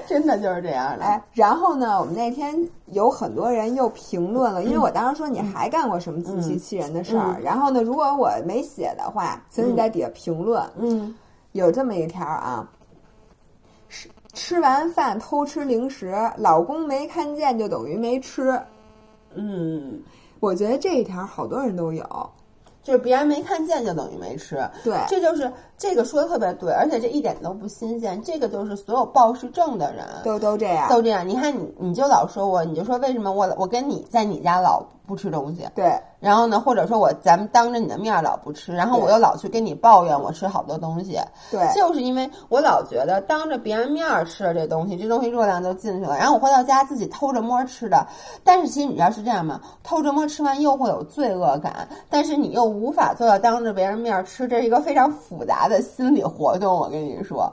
Speaker 1: 真的就是这样的。
Speaker 2: 哎，然后呢，我们那天有很多人又评论了，因为
Speaker 1: 嗯
Speaker 2: 我当时说你还干过什么自欺欺人的事儿。然后呢，如果我没写的话，请你在底下评论。
Speaker 1: 嗯，
Speaker 2: 有这么一条啊，吃吃完饭偷吃零食，老公没看见就等于没吃。
Speaker 1: 嗯，
Speaker 2: 我觉得这一条好多人都有。
Speaker 1: 就是别人没看见就等于没吃。
Speaker 2: 对
Speaker 1: 这就是这个说的特别对，而且这一点都不新鲜。这个就是所有暴食症的人
Speaker 2: 都都这样，
Speaker 1: 都这样。你看你你就老说我，你就说为什么我我跟你在你家老不吃东西，
Speaker 2: 对
Speaker 1: 然后呢，或者说我咱们当着你的面儿老不吃，然后我
Speaker 2: 对
Speaker 1: 又老去跟你抱怨我吃好多东西，
Speaker 2: 对
Speaker 1: 就是因为我老觉得当着别人面儿吃的这东西，这东西热量就进去了，然后我回到家自己偷着摸儿吃的。但是其实你知道是这样吗？偷着摸儿吃完又会有罪恶感，但是你又无法做到当着别人面儿吃，这是一个非常复杂的心理活动。我跟你说，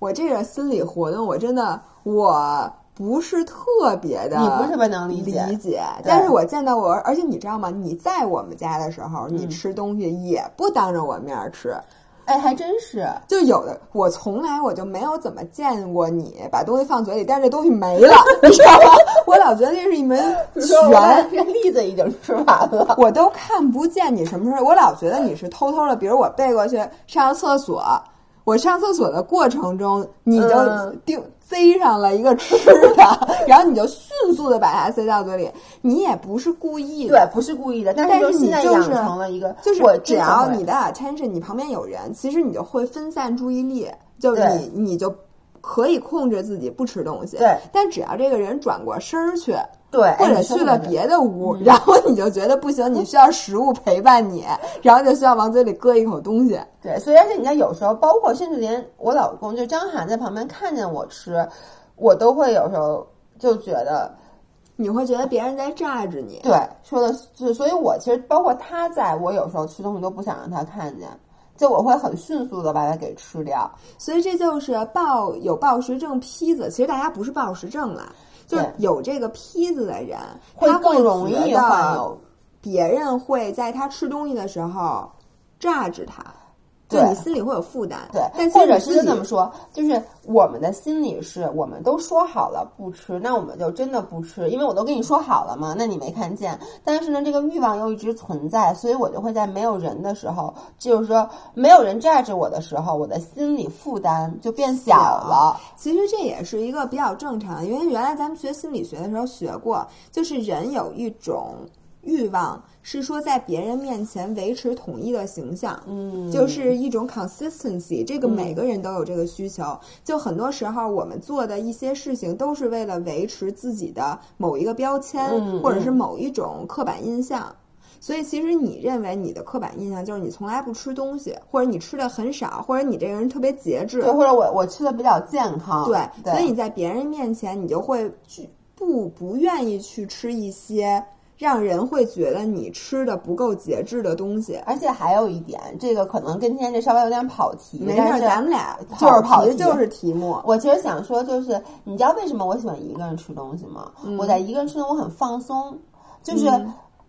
Speaker 2: 我这个心理活动，我真的我不是特别的，
Speaker 1: 你不是特别能理
Speaker 2: 理
Speaker 1: 解对
Speaker 2: 但是我见到我，而且你知道吗？你在我们家的时候，
Speaker 1: 嗯
Speaker 2: 你吃东西也不当着我面儿吃，
Speaker 1: 哎，还真是。
Speaker 2: 就有的我从来我就没有怎么见过你把东西放嘴里，但是这东西没了，你知道吗？我老觉得这是一门
Speaker 1: 完
Speaker 2: 玄。
Speaker 1: 这栗子已经吃完 了。
Speaker 2: 我都看不见你什么时候，我老觉得你是偷偷的，比如我背过去上厕所，我上厕所的过程中，你就
Speaker 1: 嗯
Speaker 2: 丢塞上了一个吃的， 然后你就迅速的把它塞到嘴里，你也不是故意
Speaker 1: 对
Speaker 2: 的，，
Speaker 1: 不是故意的，但
Speaker 2: 但
Speaker 1: 是就是现
Speaker 2: 你
Speaker 1: 在
Speaker 2: 就
Speaker 1: 养
Speaker 2: 是
Speaker 1: 成了一个，
Speaker 2: 就是
Speaker 1: 我
Speaker 2: 只
Speaker 1: 真的
Speaker 2: 要
Speaker 1: 会
Speaker 2: 你的 attention，你旁边有人，其实你就会分散注意力，就是
Speaker 1: 对
Speaker 2: 你你就可以控制自己不吃东西。
Speaker 1: 对
Speaker 2: 但只要这个人转过身儿去，
Speaker 1: 对，
Speaker 2: 或
Speaker 1: 哎
Speaker 2: 者
Speaker 1: 你说
Speaker 2: 去
Speaker 1: 的
Speaker 2: 了
Speaker 1: 对嗯
Speaker 2: 别的屋，然后你就觉得不行，你需要食物陪伴你，然后就需要往嘴里搁一口东西。
Speaker 1: 对，所以而且你看，有时候包括甚至连我老公，就张涵在旁边看见我吃，我都会有时候就觉得，
Speaker 2: 你会觉得别人在榨着你，
Speaker 1: 对，说的是，所以我其实包括他在，我有时候吃东西都不想让他看见，就我会很迅速的把它给吃掉。
Speaker 2: 所以这就是暴有暴食症坯子。其实大家不是暴食症了，就是
Speaker 1: 对
Speaker 2: 有这个坯子的人，
Speaker 1: 会
Speaker 2: 他
Speaker 1: 更容
Speaker 2: 觉
Speaker 1: 易
Speaker 2: 得
Speaker 1: 患有
Speaker 2: 别人会在他吃东西的时候榨制他，就
Speaker 1: 对
Speaker 2: 你心里会有负担。
Speaker 1: 对，
Speaker 2: 但其
Speaker 1: 或
Speaker 2: 实
Speaker 1: 者
Speaker 2: 你
Speaker 1: 是
Speaker 2: 自
Speaker 1: 就
Speaker 2: 己
Speaker 1: 这么说，就是我们的心理是我们都说好了不吃，那我们就真的不吃，因为我都跟你说好了嘛，那你没看见。但是呢，这个欲望又一直存在，所以我就会在没有人的时候，就是说没有人 judge 我的时候，我的心理负担就变小了。
Speaker 2: 其实这也是一个比较正常的，因为原来咱们学心理学的时候学过，就是人有一种欲望是说在别人面前维持统一的形象，嗯，就是一种 consistency。这个每个人都有这个需求，就很多时候我们做的一些事情都是为了维持自己的某一个标签，
Speaker 1: 嗯
Speaker 2: 或者是
Speaker 1: 嗯
Speaker 2: 某一种刻板印象。所以，其实你认为你的刻板印象就是你从来不吃东西，或者你吃的很少，或者你这个人特别节制，
Speaker 1: 对，或者我我吃的比较健康，
Speaker 2: 对，
Speaker 1: 啊对
Speaker 2: 所以你在别人面前，你就会去不不愿意去吃一些让人会觉得你吃的不够节制的东西。
Speaker 1: 而且还有一点，这个可能跟今天这稍微有点跑题，
Speaker 2: 没事
Speaker 1: 但
Speaker 2: 儿，
Speaker 1: 是
Speaker 2: 咱们俩
Speaker 1: 就是跑
Speaker 2: 题
Speaker 1: 题
Speaker 2: 就是题目。
Speaker 1: 我其实想说，就是你知道为什么我喜欢一个人吃东西吗？我在一个人吃东西，我很放松，就是。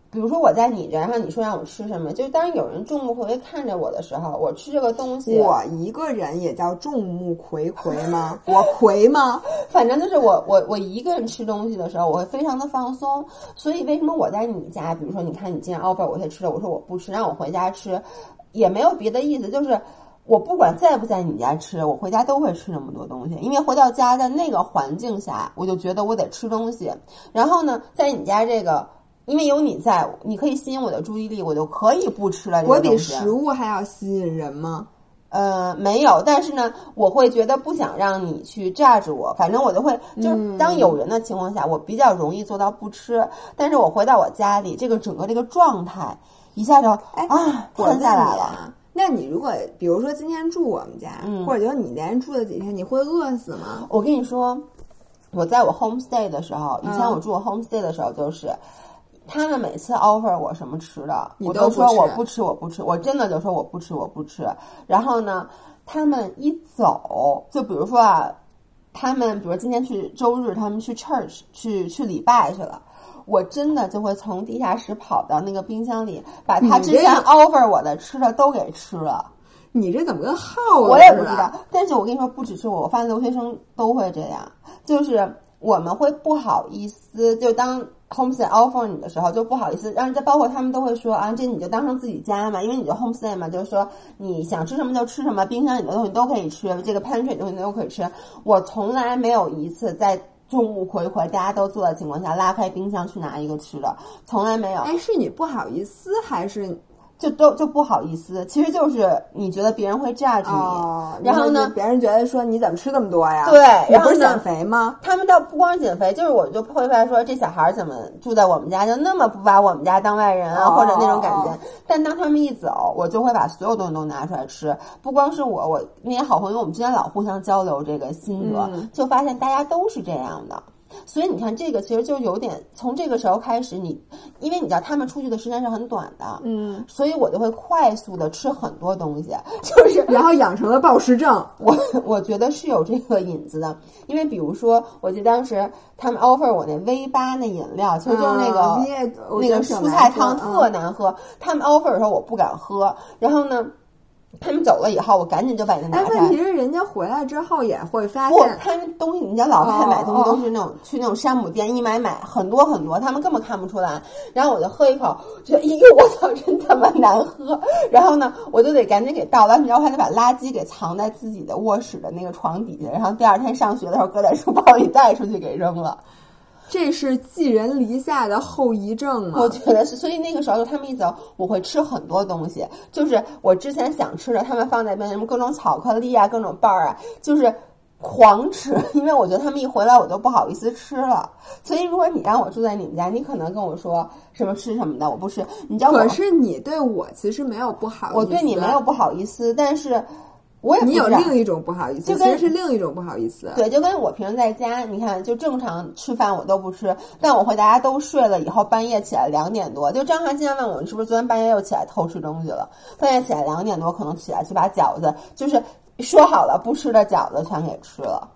Speaker 1: 比如说我在你这儿，然后你说让我吃什么，就是当有人众目睽睽看着我的时候，我吃这个东西，
Speaker 2: 我一个人也叫众目睽睽吗？我睽吗？
Speaker 1: 反正就是我我我一个人吃东西的时候，我会非常的放松。所以为什么我在你家，比如说你看你今天 offer 我才吃的，我说我不吃，让我回家吃，也没有别的意思，就是。我不管在不在你家吃，我回家都会吃那么多东西，因为回到家在那个环境下，我就觉得我得吃东西。然后呢，在你家这个，因为有你在，你可以吸引我的注意力，我就可以不吃了这
Speaker 2: 我
Speaker 1: 个东西。
Speaker 2: 比食物还要吸引人吗？
Speaker 1: 呃，没有，但是呢，我会觉得不想让你去 judge 我，反正我就会，
Speaker 2: 嗯
Speaker 1: 就是当有人的情况下，我比较容易做到不吃，但是我回到我家里，这个整个这个状态一下就
Speaker 2: 哎
Speaker 1: 啊，
Speaker 2: 我
Speaker 1: 换
Speaker 2: 问
Speaker 1: 下来
Speaker 2: 你
Speaker 1: 了。
Speaker 2: 啊，那你如果比如说今天住我们家，
Speaker 1: 嗯
Speaker 2: 或者就你连住了几天，你会饿死吗？
Speaker 1: 我跟你说，我在我 homestay 的时候，
Speaker 2: 嗯
Speaker 1: 以前我住我 homestay 的时候，就是、他们每次 offer 我什么吃的，
Speaker 2: 你
Speaker 1: 我都
Speaker 2: 都不
Speaker 1: 说我
Speaker 2: 吃
Speaker 1: 不吃，我不吃，我真的就说我不吃，我不吃。然后呢，他们一走，就比如说啊，他们比如今天去周日，他们去 church 去去礼拜去了。我真的就会从地下室跑到那个冰箱里，把他
Speaker 2: 你
Speaker 1: 之
Speaker 2: 这
Speaker 1: 前 offer 我的吃的都给吃了。
Speaker 2: 你这怎么跟耗子啊
Speaker 1: 我也不
Speaker 2: 似
Speaker 1: 知道
Speaker 2: 的？，
Speaker 1: 但是我跟你说，不只是我，我发现留学生都会这样，就是我们会不好意思，就当 homestay offer 你的时候，就不好意思，让人家包括他们都会说啊，这你就当成自己家嘛，因为你就 homestay 嘛，就是说你想吃什么就吃什么，冰箱里的东西都可以吃，这个 pantry 里的东西都可以吃。我从来没有一次在。众目睽睽，大家都坐的情况下，拉开冰箱去拿一个吃的，从来没有。
Speaker 2: 哎，是你不好意思，还是
Speaker 1: 就都就不好意思，其实就是你觉得别人会 judge 你，
Speaker 2: 哦？
Speaker 1: 然后呢，
Speaker 2: 别人觉得说你怎么吃这么多呀？
Speaker 1: 对
Speaker 2: 你
Speaker 1: 然
Speaker 2: 不
Speaker 1: 后
Speaker 2: 是
Speaker 1: 呢
Speaker 2: 减肥吗？
Speaker 1: 他们倒不光减肥，就是我就会发现说这小孩儿怎么住在我们家，就那么不把我们家当外人啊，
Speaker 2: 哦
Speaker 1: 或者那种感觉
Speaker 2: 哦。
Speaker 1: 但当他们一走，我就会把所有东西都拿出来吃，不光是我，我那些好朋友，我们之间老互相交流这个心得，
Speaker 2: 嗯
Speaker 1: 就发现大家都是这样的。所以你看，这个其实就有点从这个时候开始你，因为你知道他们出去的时间是很短的，
Speaker 2: 嗯，
Speaker 1: 所以我就会快速的吃很多东西， 就是
Speaker 2: 然后养成了暴食症。
Speaker 1: 我 我觉得是有这个引子的，因为比如说，我记得当时他们 offer 我那 V 八那饮料，其实就是那个
Speaker 2: 嗯、你也我
Speaker 1: 那
Speaker 2: 觉
Speaker 1: 个
Speaker 2: 得挺
Speaker 1: 蔬
Speaker 2: 难
Speaker 1: 菜
Speaker 2: 喝
Speaker 1: 汤
Speaker 2: 嗯
Speaker 1: 特难喝。他们 offer 的时候我不敢喝，然后呢，他们走了以后，我赶紧就把那拿
Speaker 2: 哎，
Speaker 1: 开。
Speaker 2: 问题是人家回来之后也会发
Speaker 1: 不，
Speaker 2: 现，
Speaker 1: 他们东西，人家老外买东
Speaker 2: 哦
Speaker 1: 西
Speaker 2: 哦
Speaker 1: 都是那种、去那种山姆店一买买很多很多，他们根本看不出来。然后我就喝一口，觉得哎呦 我操，真他妈难喝！然后呢，我就得赶紧给倒完，然后还得把垃圾给藏在自己的卧室的那个床底下，然后第二天上学的时候搁在书包里 带出去给扔了。
Speaker 2: 这是寄人篱下的后遗症吗
Speaker 1: 我？觉得是，所以那个时候他们一走，我会吃很多东西，就是我之前想吃的，他们放在那边什么各种巧克力啊，各种棒儿啊，就是狂吃，因为我觉得他们一回来我就不好意思吃了。所以如果你让我住在你们家，你可能跟我说什么吃什么的，我不吃。你知道我
Speaker 2: 可是你对我其实没有不好意思，
Speaker 1: 我对你没有，不好意思，但是我也不
Speaker 2: 你有
Speaker 1: 知道
Speaker 2: 另一种不好意思，
Speaker 1: 就
Speaker 2: 其
Speaker 1: 跟
Speaker 2: 实是另一种不好意思。
Speaker 1: 对，就跟我平时在家，你看，就正常吃饭我都不吃，但我会大家都睡了以后，半夜起来两点多，就张涵经常问我，你是不是昨天半夜又起来偷吃东西了？半夜起来两点多，可能起来去把饺子，就是说好了不吃的饺子全给吃了。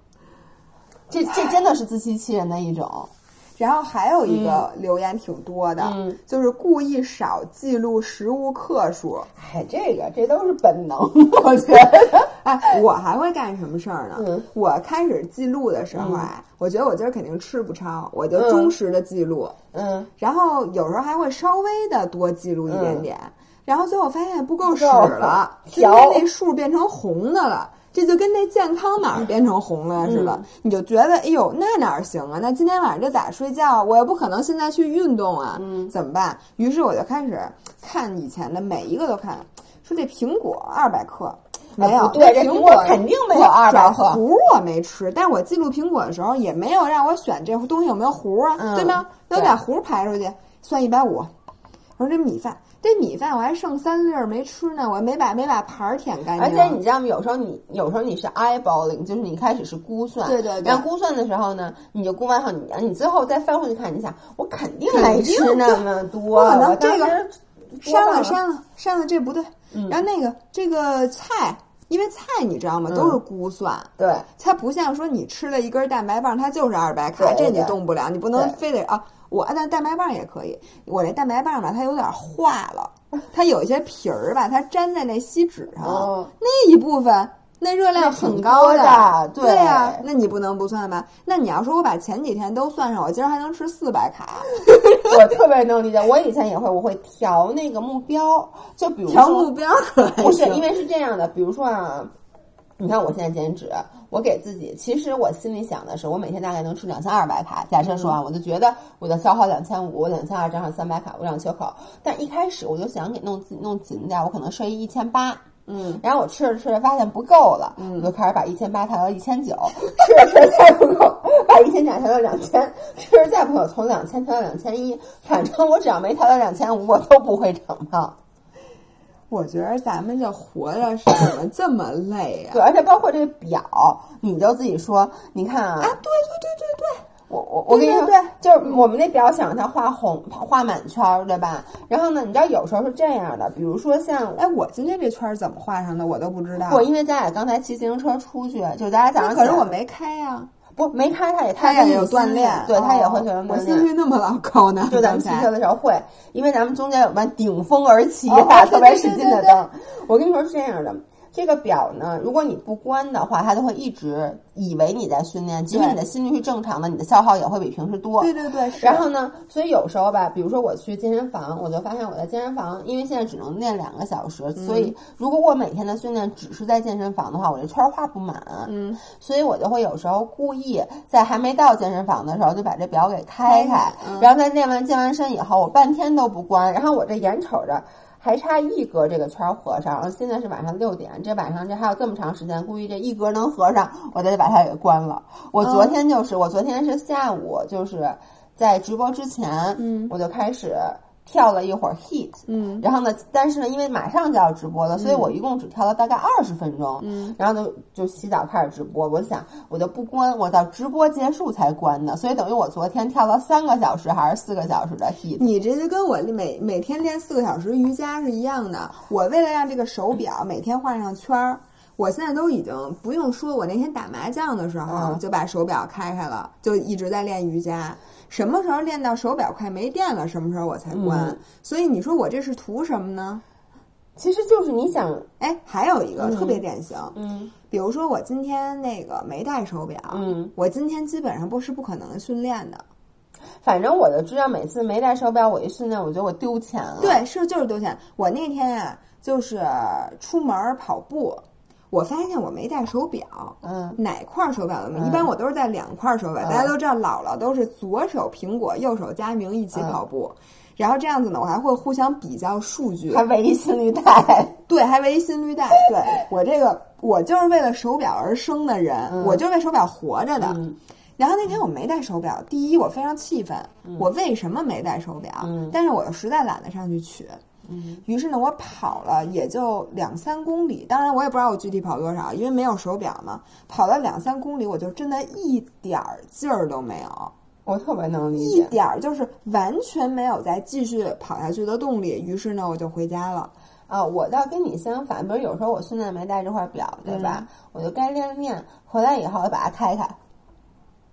Speaker 1: 这这真的是自欺欺人的一种，
Speaker 2: 然后还有一个留言挺多的，
Speaker 1: 嗯
Speaker 2: 就是故意少记录食物克数。
Speaker 1: 哎，这个这都是本 能，我觉得。
Speaker 2: 哎，我还会干什么事儿呢？
Speaker 1: 嗯
Speaker 2: 我开始记录的时候啊，我觉得我今儿肯定吃不超，我就忠实的记录。
Speaker 1: 嗯，
Speaker 2: 然后有时候还会稍微的多记录一点点，然后最后发现不够使
Speaker 1: 嗯不够
Speaker 2: 了，就
Speaker 1: 调
Speaker 2: 因为那数变成红的了。这就跟那健康码变成红了似
Speaker 1: 嗯
Speaker 2: 的，你就觉得哎呦，那哪儿行啊？那今天晚上这咋睡觉啊？我又不可能现在去运动啊，
Speaker 1: 嗯
Speaker 2: 怎么办？于是我就开始看以前的每一个都看，说这苹果二百克。没
Speaker 1: 哎
Speaker 2: 有，
Speaker 1: 呃不对
Speaker 2: 这
Speaker 1: 这苹
Speaker 2: 果
Speaker 1: 果肯定没有200
Speaker 2: 转
Speaker 1: 克
Speaker 2: 核我没吃，但我记录苹果的时候也没有让我选这东西有没有核啊，
Speaker 1: 嗯
Speaker 2: 对吗？
Speaker 1: 对
Speaker 2: 要把核排出去，算一百五。我说这米饭，这米饭我还剩三粒儿没吃呢，我没把没把盘儿舔干净。
Speaker 1: 而
Speaker 2: 啊
Speaker 1: 且你知道吗？有时候你有时候你是 eyeballing，就是你一开始是估算，
Speaker 2: 对对对
Speaker 1: 然后估算的时候呢，你就估完后，你你最后再翻回去看，你想我肯定
Speaker 2: 肯
Speaker 1: 没
Speaker 2: 定
Speaker 1: 吃那么多，
Speaker 2: 不可能
Speaker 1: 我当
Speaker 2: 这个
Speaker 1: 时多
Speaker 2: 删
Speaker 1: 放
Speaker 2: 了删了删了，这不对。
Speaker 1: 嗯
Speaker 2: 然后那个这个菜，因为菜你知道
Speaker 1: 嗯
Speaker 2: 吗，都是估算。
Speaker 1: 对，
Speaker 2: 它不像说你吃了一根蛋白棒，它就是二百卡，
Speaker 1: 对
Speaker 2: 这
Speaker 1: 对
Speaker 2: 你动不了，你不能
Speaker 1: 对
Speaker 2: 非得啊。我按照蛋白棒也可以，我这蛋白棒吧，它有点化了，它有一些皮儿吧，它粘在那锡纸上，
Speaker 1: 哦
Speaker 2: 那一部分那热量
Speaker 1: 那
Speaker 2: 很的，
Speaker 1: 挺高的
Speaker 2: 对呀、
Speaker 1: 对
Speaker 2: 那你不能不算吧？那你要说我把前几天都算上，我今儿还能吃四百卡，
Speaker 1: 我特别能理解。我以前也会，我会调那个目标，就比如说
Speaker 2: 调目标可还
Speaker 1: 不是，
Speaker 2: 行
Speaker 1: 因为是这样的，比如说啊，你看我现在减脂，我给自己，其实我心里想的是，我每天大概能吃两千二百卡。假设说啊，我就觉得我的消耗两千五，我两千二加上三百卡，我两缺口。但一开始我就想给弄自己弄紧点儿，我可能设一一千八。
Speaker 2: 嗯，
Speaker 1: 然后我吃着吃着发现不够了，我就开始把一千八调到一千九，嗯吃着吃着再不够，把一千两调到两千， 吃着再不够，从两千调到两千一，反正我只要没调到两千五，我都不会长胖。
Speaker 2: 我觉得咱们这活着是怎么这么累呀、
Speaker 1: 对，而且包括这个表，你就自己说，你看啊，
Speaker 2: 啊？对对对对对。
Speaker 1: 我我我跟你说，
Speaker 2: 对对
Speaker 1: 就是我们那表想让它画红，画满圈儿，对吧？然后呢，你知道有时候是这样的，比如说像
Speaker 2: 哎，我今天这圈儿怎么画上的，我都不知道。
Speaker 1: 我，因为咱俩刚才骑自行车出去，就咱俩早上
Speaker 2: 啊可是
Speaker 1: 起来
Speaker 2: 我没开呀、
Speaker 1: 不没开，他也
Speaker 2: 他
Speaker 1: 也
Speaker 2: 也有锻炼，
Speaker 1: 对他也会学
Speaker 2: 哦
Speaker 1: 生
Speaker 2: 我
Speaker 1: 锻
Speaker 2: 心
Speaker 1: 炼。
Speaker 2: 率那么老高呢，
Speaker 1: 就咱们骑
Speaker 2: 刚才
Speaker 1: 车的时候会，因为咱们中间有班顶风而起，
Speaker 2: 哦
Speaker 1: 打
Speaker 2: 对
Speaker 1: 特别
Speaker 2: 对
Speaker 1: 使
Speaker 2: 对
Speaker 1: 劲的
Speaker 2: 对
Speaker 1: 灯。我跟你说是这样的，这个表呢，如果你不关的话，它就会一直以为你在训练，即使
Speaker 2: 对
Speaker 1: 你的心率是正常的，你的消耗也会比平时多。
Speaker 2: 对对对，是
Speaker 1: 然后呢，所以有时候吧，比如说我去健身房，我就发现我在健身房，因为现在只能练两个小时，所以如果我每天的训练只是在健身房的话，我这圈儿画不满。
Speaker 2: 嗯，
Speaker 1: 所以我就会有时候故意在还没到健身房的时候就把这表给开开
Speaker 2: 开开，嗯
Speaker 1: 然后在练完健完身以后，我半天都不关，然后我这眼瞅着。还差一格这个圈儿合上，然后现在是晚上六点，这晚上这还有这么长时间，估计这一格能合上，我得把它给关了。我昨
Speaker 2: 嗯
Speaker 1: 天就是，我昨天是下午，就是在直播之前，
Speaker 2: 嗯
Speaker 1: 我就开始跳了一会儿 heat，
Speaker 2: 嗯
Speaker 1: 然后呢，但是呢，因为马上就要直播了，所以我一共只跳了大概二十分钟，
Speaker 2: 嗯，
Speaker 1: 然后就就洗澡开始直播。我想我就不关，我到直播结束才关的，所以等于我昨天跳了三个小时还是四个小时的 heat。
Speaker 2: 你这就跟我每每天练四个小时瑜伽是一样的。我为了让这个手表每天画上圈儿，我现在都已经不用说，我那天打麻将的时候
Speaker 1: 嗯
Speaker 2: 就把手表开开了，就一直在练瑜伽。什么时候练到手表快没电了，什么时候我才关。
Speaker 1: 嗯
Speaker 2: 所以你说我这是图什么呢？
Speaker 1: 其实就是你想，
Speaker 2: 哎，还有一个
Speaker 1: 嗯
Speaker 2: 特别典型，
Speaker 1: 嗯
Speaker 2: 比如说我今天那个没戴手表，
Speaker 1: 嗯，
Speaker 2: 我今天基本上不是不可能训练的。
Speaker 1: 啊反正我就知道，每次没戴手表，我一训练，我觉得我丢钱了。，
Speaker 2: 对，是就是丢钱。我那天啊，就是出门儿跑步，我发现我没带手表，
Speaker 1: 嗯，
Speaker 2: 哪块儿手表都没。
Speaker 1: 嗯
Speaker 2: 一般我都是带两块儿手表，
Speaker 1: 嗯
Speaker 2: 大家都知道姥姥都是左手苹果，右手佳明一起
Speaker 1: 嗯
Speaker 2: 跑步。然后这样子呢，我还会互相比较数据
Speaker 1: 还，唯一心率带。
Speaker 2: 对，还围心率带。对我这个，我就是为了手表而生的人，
Speaker 1: 哎嗯
Speaker 2: 我就是为手表活着的。
Speaker 1: 嗯
Speaker 2: 然后那天我没戴手表，第一我非常气愤，我为什么没戴手表？
Speaker 1: 嗯
Speaker 2: 但是我又实在懒得上去取。于是呢，我跑了也就两三公里，当然我也不知道我具体跑多少，因为没有手表嘛。跑了两三公里，我就真的一点儿劲儿都没有，
Speaker 1: 我特别能理
Speaker 2: 一
Speaker 1: 解。
Speaker 2: 点儿就是完全没有再继续跑下去的动力。于是呢，我就回家了。
Speaker 1: 啊，我倒跟你相反，比如有时候我训练没带这块表，对吧？
Speaker 2: 嗯
Speaker 1: 我就该练练，回来以后我把它开开，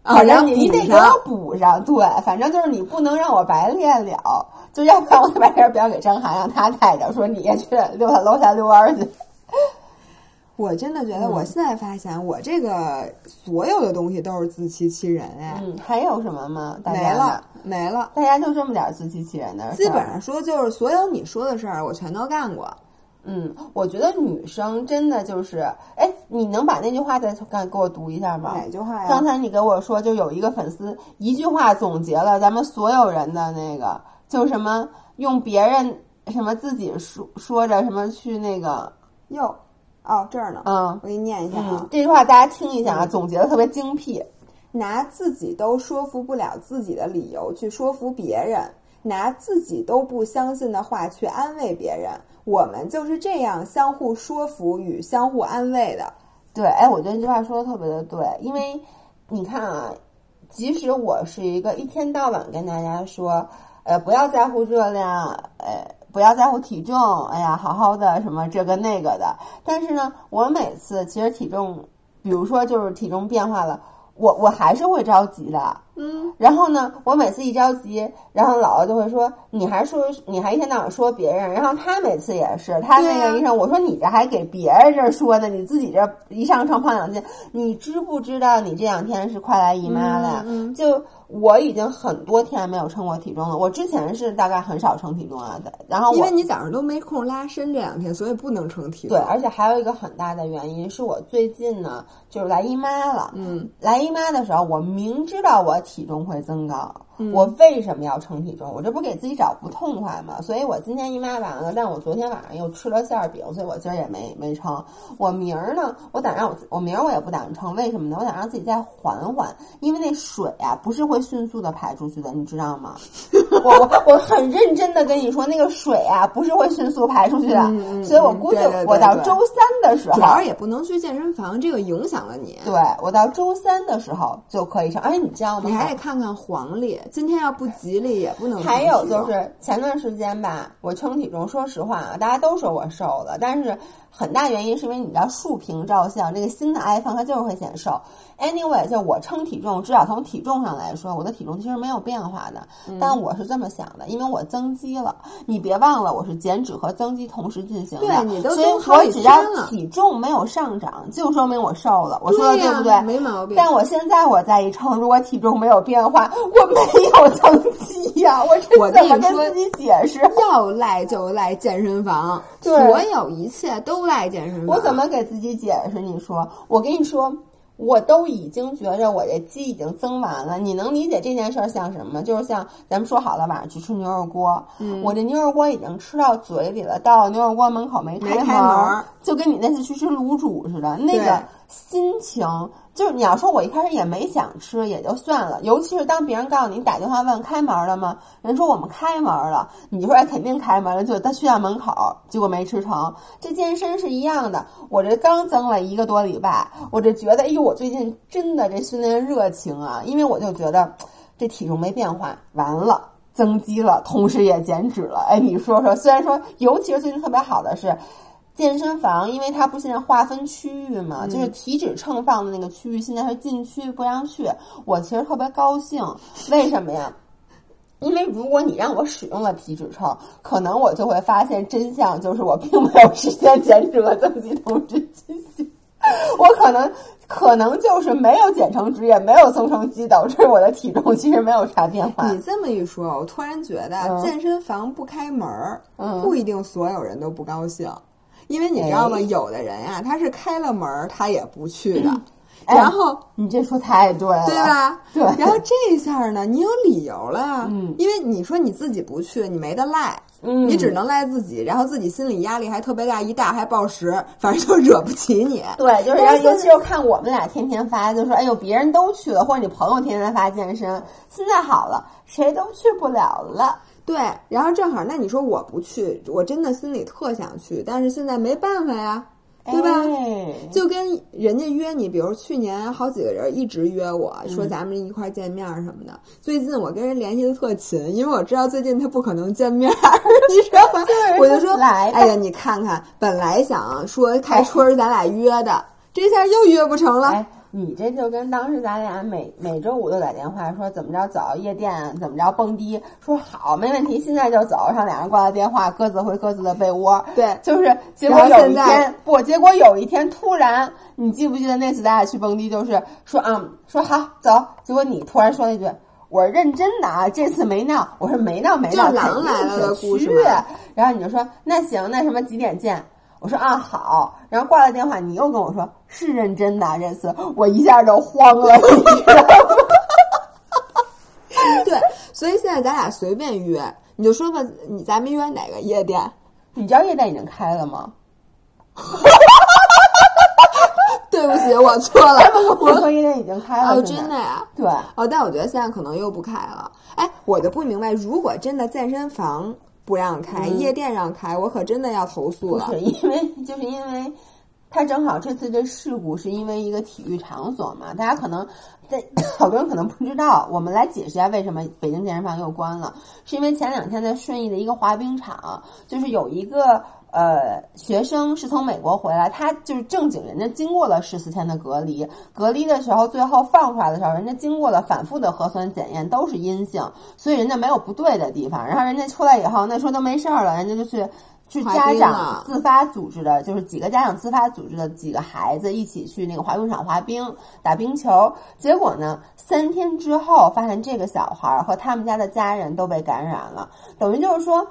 Speaker 2: 啊，
Speaker 1: 反
Speaker 2: 然后
Speaker 1: 正你
Speaker 2: 补
Speaker 1: 得给
Speaker 2: 上
Speaker 1: 我补上，对，反正就是你不能让我白练了，就要不然我就把这个表给张涵，让他带着，说你也去溜达楼下遛弯儿 去。
Speaker 2: 我真的觉得，
Speaker 1: 嗯
Speaker 2: 我现在发现，我这个所有的东西都是自欺欺人哎，
Speaker 1: 嗯，还有什么吗？嗯大
Speaker 2: 没
Speaker 1: 家呢
Speaker 2: 了，没了。
Speaker 1: 大家就这么点儿自欺欺人的事儿，
Speaker 2: 基本上说就是所有你说的事儿，我全都干过。
Speaker 1: 嗯，我觉得女生真的就是，哎，你能把那句话再给我读一下吗？
Speaker 2: 哪句话呀？
Speaker 1: 刚才你给我说，就有一个粉丝一句话总结了咱们所有人的那个，就什么用别人什么自己说说着什么去那个，
Speaker 2: 哟，哦这儿呢，
Speaker 1: 嗯
Speaker 2: 我给你念一下啊
Speaker 1: 嗯，。这句话大家听一下啊，总结的特别精辟。
Speaker 2: 拿自己都说服不了自己的理由去说服别人，拿自己都不相信的话去安慰别人，我们就是这样相互说服与相互安慰的。
Speaker 1: 对，哎，我觉得这句话说的特别的对，因为你看啊，即使我是一个一天到晚跟大家说，呃，不要在乎热量，呃，不要在乎体重，哎呀，好好的什么这个那个的，但是呢，我每次其实体重，比如说就是体重变化了，我我还是会着急的，
Speaker 2: 嗯，
Speaker 1: 然后呢，我每次一着急，然后姥姥就会说：“你还说你还一天到晚说别人。”然后她每次也是，她那
Speaker 2: 对啊
Speaker 1: 个医生，我说你这还给别人这说呢，你自己这一上秤胖两斤，你知不知道你这两天是快来姨妈了呀？
Speaker 2: 嗯嗯
Speaker 1: 就我已经很多天没有称过体重了，我之前是大概很少称体重啊的，然后
Speaker 2: 因
Speaker 1: 我
Speaker 2: 为你早上都没空拉伸这两天，所以不能成体
Speaker 1: 对，
Speaker 2: 重。
Speaker 1: 而且还有一个很大的原因是我最近呢就是来姨妈了，
Speaker 2: 嗯，
Speaker 1: 来姨妈的时候，我明知道我体重会增高，
Speaker 2: 嗯
Speaker 1: 我为什么要称体重？我这不给自己找不痛快吗？所以我今天姨妈完了，但我昨天晚上又吃了馅儿饼，所以我今儿也没没称。我明儿呢，我打算我我明儿我也不打算称，为什么呢？我想让自己再缓缓，因为那水啊不是会迅速的排出去的，你知道吗？ 我我我很认真的跟你说，那个水啊不是会迅速排出去的，
Speaker 2: 嗯嗯
Speaker 1: 所以我估计
Speaker 2: 嗯对对对
Speaker 1: 我到
Speaker 2: 对
Speaker 1: 周三的时
Speaker 2: 主
Speaker 1: 候
Speaker 2: 要，是也不能去健身房，这个影响了你。
Speaker 1: 对我到周三的时候就可以上。而且你知道吗？哎
Speaker 2: 你还得看看黄历，今天要不吉利也不能。
Speaker 1: 还有就，是前段时间吧，我称体重，说实话啊，大家都说我瘦了，但是很大原因是因为你知道竖屏照相，这个新的 iPhone 它就是会显瘦。Anyway，就我称体重，至少从体重上来说，我的体重其实没有变化的，
Speaker 2: 嗯
Speaker 1: 但我是这么想的，因为我增肌了。你别忘了，我是减脂和增肌同时进行的，
Speaker 2: 对你都
Speaker 1: 所以
Speaker 2: 增好
Speaker 1: 我
Speaker 2: 几
Speaker 1: 只要
Speaker 2: 天了
Speaker 1: 体重没有上涨，就说明我瘦了。我说的
Speaker 2: 对
Speaker 1: 对
Speaker 2: 呀
Speaker 1: 不对？
Speaker 2: 没毛病。
Speaker 1: 但我现在我再一称，如果体重没有变化，我没有增肌 呀、我
Speaker 2: 我
Speaker 1: 这
Speaker 2: 跟
Speaker 1: 怎
Speaker 2: 你
Speaker 1: 么跟
Speaker 2: 说嗯
Speaker 1: 自己解释？
Speaker 2: 要赖就赖健身房，
Speaker 1: 对
Speaker 2: 所有一切都赖健身房。
Speaker 1: 我怎么给自己解释？你说，我跟你说，我都已经觉着我这肌已经增完了。你能理解这件事儿像什么？就是像咱们说好了晚上去吃牛肉锅，
Speaker 2: 嗯
Speaker 1: 我这牛肉锅已经吃到嘴里了，到牛肉锅门口没
Speaker 2: 没
Speaker 1: 开
Speaker 2: 开
Speaker 1: 门
Speaker 2: 门
Speaker 1: 儿
Speaker 2: 儿，
Speaker 1: 就跟你那次去吃卤煮似的，那
Speaker 2: 对
Speaker 1: 个心情。就是你要说，我一开始也没想吃，也就算了。尤其是当别人告诉你打电话问开门了吗？人说我们开门了，你就说哎肯定开门了，就他去到门口，结果没吃成。这健身是一样的，我这刚增了一个多礼拜，我这觉得，哎呦，我最近真的这训练热情啊，因为我就觉得这体重没变化，完了。增肌了，同时也减脂了。哎，你说说，虽然说，尤其是最近特别好的是，健身房，因为它不现在划分区域嘛，
Speaker 2: 嗯
Speaker 1: 就是体脂秤放的那个区域，现在是禁区，不让去。我其实特别高兴，为什么呀？因为如果你让我使用了体脂秤，可能我就会发现真相就是我并没有实现减脂和增肌同时进行，我可能可能就是没有减成脂，也没有增成肌，导致我的体重其实没有啥变化。
Speaker 2: 你这么一说，我突然觉得
Speaker 1: 嗯
Speaker 2: 健身房不开门儿，
Speaker 1: 嗯
Speaker 2: 不一定所有人都不高兴，因为你知道吗？
Speaker 1: 哎
Speaker 2: 有的人呀、他是开了门儿他也不去的，
Speaker 1: 哎
Speaker 2: 然后
Speaker 1: 你这说太对了，
Speaker 2: 对吧？
Speaker 1: 对
Speaker 2: 然后这一下呢，你有理由了，
Speaker 1: 嗯
Speaker 2: 因为你说你自己不去，你没得赖，
Speaker 1: 嗯
Speaker 2: 你只能赖自己，然后自己心理压力还特别大，一大还暴食，反正就惹不起你。
Speaker 1: 对，就是
Speaker 2: 但
Speaker 1: 要
Speaker 2: 是
Speaker 1: 尤其是看我们俩天天发，就说哎呦，别人都去了，或者你朋友天天发健身，现在好了，谁都去不了了。
Speaker 2: 对，然后正好，那你说我不去，我真的心里特想去，但是现在没办法呀，对吧？
Speaker 1: 哎、
Speaker 2: 就跟人家约你，比如去年好几个人一直约我说咱们一块儿见面儿什么的。最近我跟人联系的特勤，因为我知道最近他不可能见面儿， 你知道吗？我就说，
Speaker 1: 来吧
Speaker 2: 哎呀，你看看，本来想说开春儿咱俩约的，这下又约不成了。
Speaker 1: 哎，你这就跟当时咱俩每每周五都打电话说怎么着走夜店，怎么着蹦迪，说好没问题，现在就走，上俩人挂了电话，各自回各自的被窝。
Speaker 2: 对
Speaker 1: 就是结
Speaker 2: 然
Speaker 1: 果
Speaker 2: 后
Speaker 1: 有一
Speaker 2: 现在
Speaker 1: 天不，结果有一天突然，你记不记得那次咱俩去蹦迪，就是说啊、嗯说好走，结果你突然说了一句。我是认真的啊，这次没闹，我说没闹没闹，
Speaker 2: 这狼
Speaker 1: 肯定
Speaker 2: 来了的
Speaker 1: 去
Speaker 2: 故事嘛
Speaker 1: 然后你就说那行，那什么几点见？我说啊好，然后挂了电话，你又跟我说是认真的啊，这次我一下就慌了，你知道吗？
Speaker 2: 对，所以现在咱俩随便约，你就说吧，你咱们约哪个夜店？
Speaker 1: 你知道夜店已经开了吗？
Speaker 2: 对不起，我错了，
Speaker 1: 我说夜店已经开了，
Speaker 2: 哦，
Speaker 1: 现在
Speaker 2: 真的呀、
Speaker 1: 对，
Speaker 2: 哦，但我觉得现在可能又不开了。哎，我就不明白，如果真的健身房不让开，夜店让开，我可真的要投
Speaker 1: 嗯
Speaker 2: 诉
Speaker 1: 不
Speaker 2: 了。
Speaker 1: 是因为， 就是因为他正好这次这事故是因为一个体育场所嘛，大家可能在好多人可能不知道，我们来解释一下为什么北京健身房又关了，是因为前两天在顺义的一个滑冰场，就是有一个。呃，学生是从美国回来，他就是正经人家经过了十四天的隔离，隔离的时候最后放出来的时候，人家经过了反复的核酸检验，都是阴性，所以人家没有不对的地方。然后人家出来以后，那说都没事儿了，人家就去去
Speaker 2: 滑
Speaker 1: 家
Speaker 2: 冰
Speaker 1: 长
Speaker 2: 了
Speaker 1: 自发组织的，就是几个家长自发组织的几个孩子一起去那个滑冰场滑冰、打冰球。结果呢，三天之后发现这个小孩儿和他们家的家人都被感染了，等于就是说，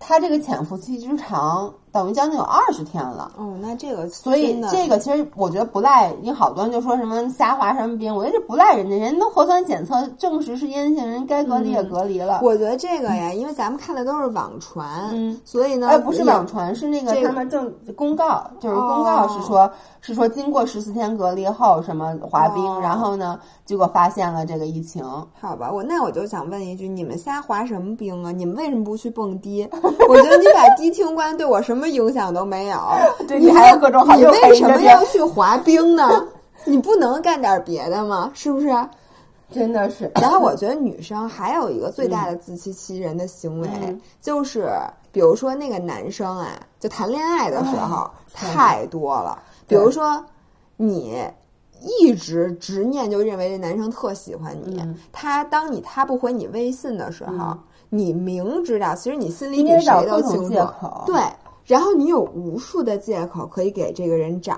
Speaker 1: 他这个潜伏期之长，等于将近有二十天了。
Speaker 2: 哦，那这个
Speaker 1: 所以
Speaker 2: 真的
Speaker 1: 这个其实我觉得不赖，因为好多人就说什么瞎滑什么冰，我觉得这不赖人家，人家都核酸检测证实是阴性，人该隔离也隔离了。
Speaker 2: 嗯我觉得这个呀，因为咱们看的都是网传，
Speaker 1: 嗯
Speaker 2: 所以呢，
Speaker 1: 哎，不是
Speaker 2: 也
Speaker 1: 网传，是那个哦
Speaker 2: 这个
Speaker 1: 他们正公告，就是公告是说、是说经过十四天隔离后什么滑冰，
Speaker 2: 哦
Speaker 1: 然后呢，结果发现了这个疫情，
Speaker 2: 好吧，我那我就想问一句，你们瞎滑什么冰啊？你们为什么不去蹦 迪？我觉得你把迪厅关对我什么影响都没有。
Speaker 1: 对
Speaker 2: 你
Speaker 1: 你还有各种好
Speaker 2: 你
Speaker 1: 又
Speaker 2: 为
Speaker 1: 陪
Speaker 2: 什
Speaker 1: 着啊
Speaker 2: 么
Speaker 1: 别人
Speaker 2: 要去滑冰呢？你不能干点别的吗？是啊不是？
Speaker 1: 真的是。
Speaker 2: 然后我觉得女生还有一个最大的自欺欺人的行为，
Speaker 1: 嗯
Speaker 2: 就是比如说那个男生啊，就谈恋爱的时候、
Speaker 1: 天哪
Speaker 2: 太多了，比
Speaker 1: 啊对
Speaker 2: 如说你。一直执念就认为这男生特喜欢你，
Speaker 1: 嗯
Speaker 2: 他当你他不回你微信的时候，
Speaker 1: 嗯
Speaker 2: 你明知道，其实你心里
Speaker 1: 你
Speaker 2: 比
Speaker 1: 得找
Speaker 2: 谁都
Speaker 1: 各种
Speaker 2: 清楚
Speaker 1: 借口，
Speaker 2: 对，然后你有无数的借口可以给这个人找，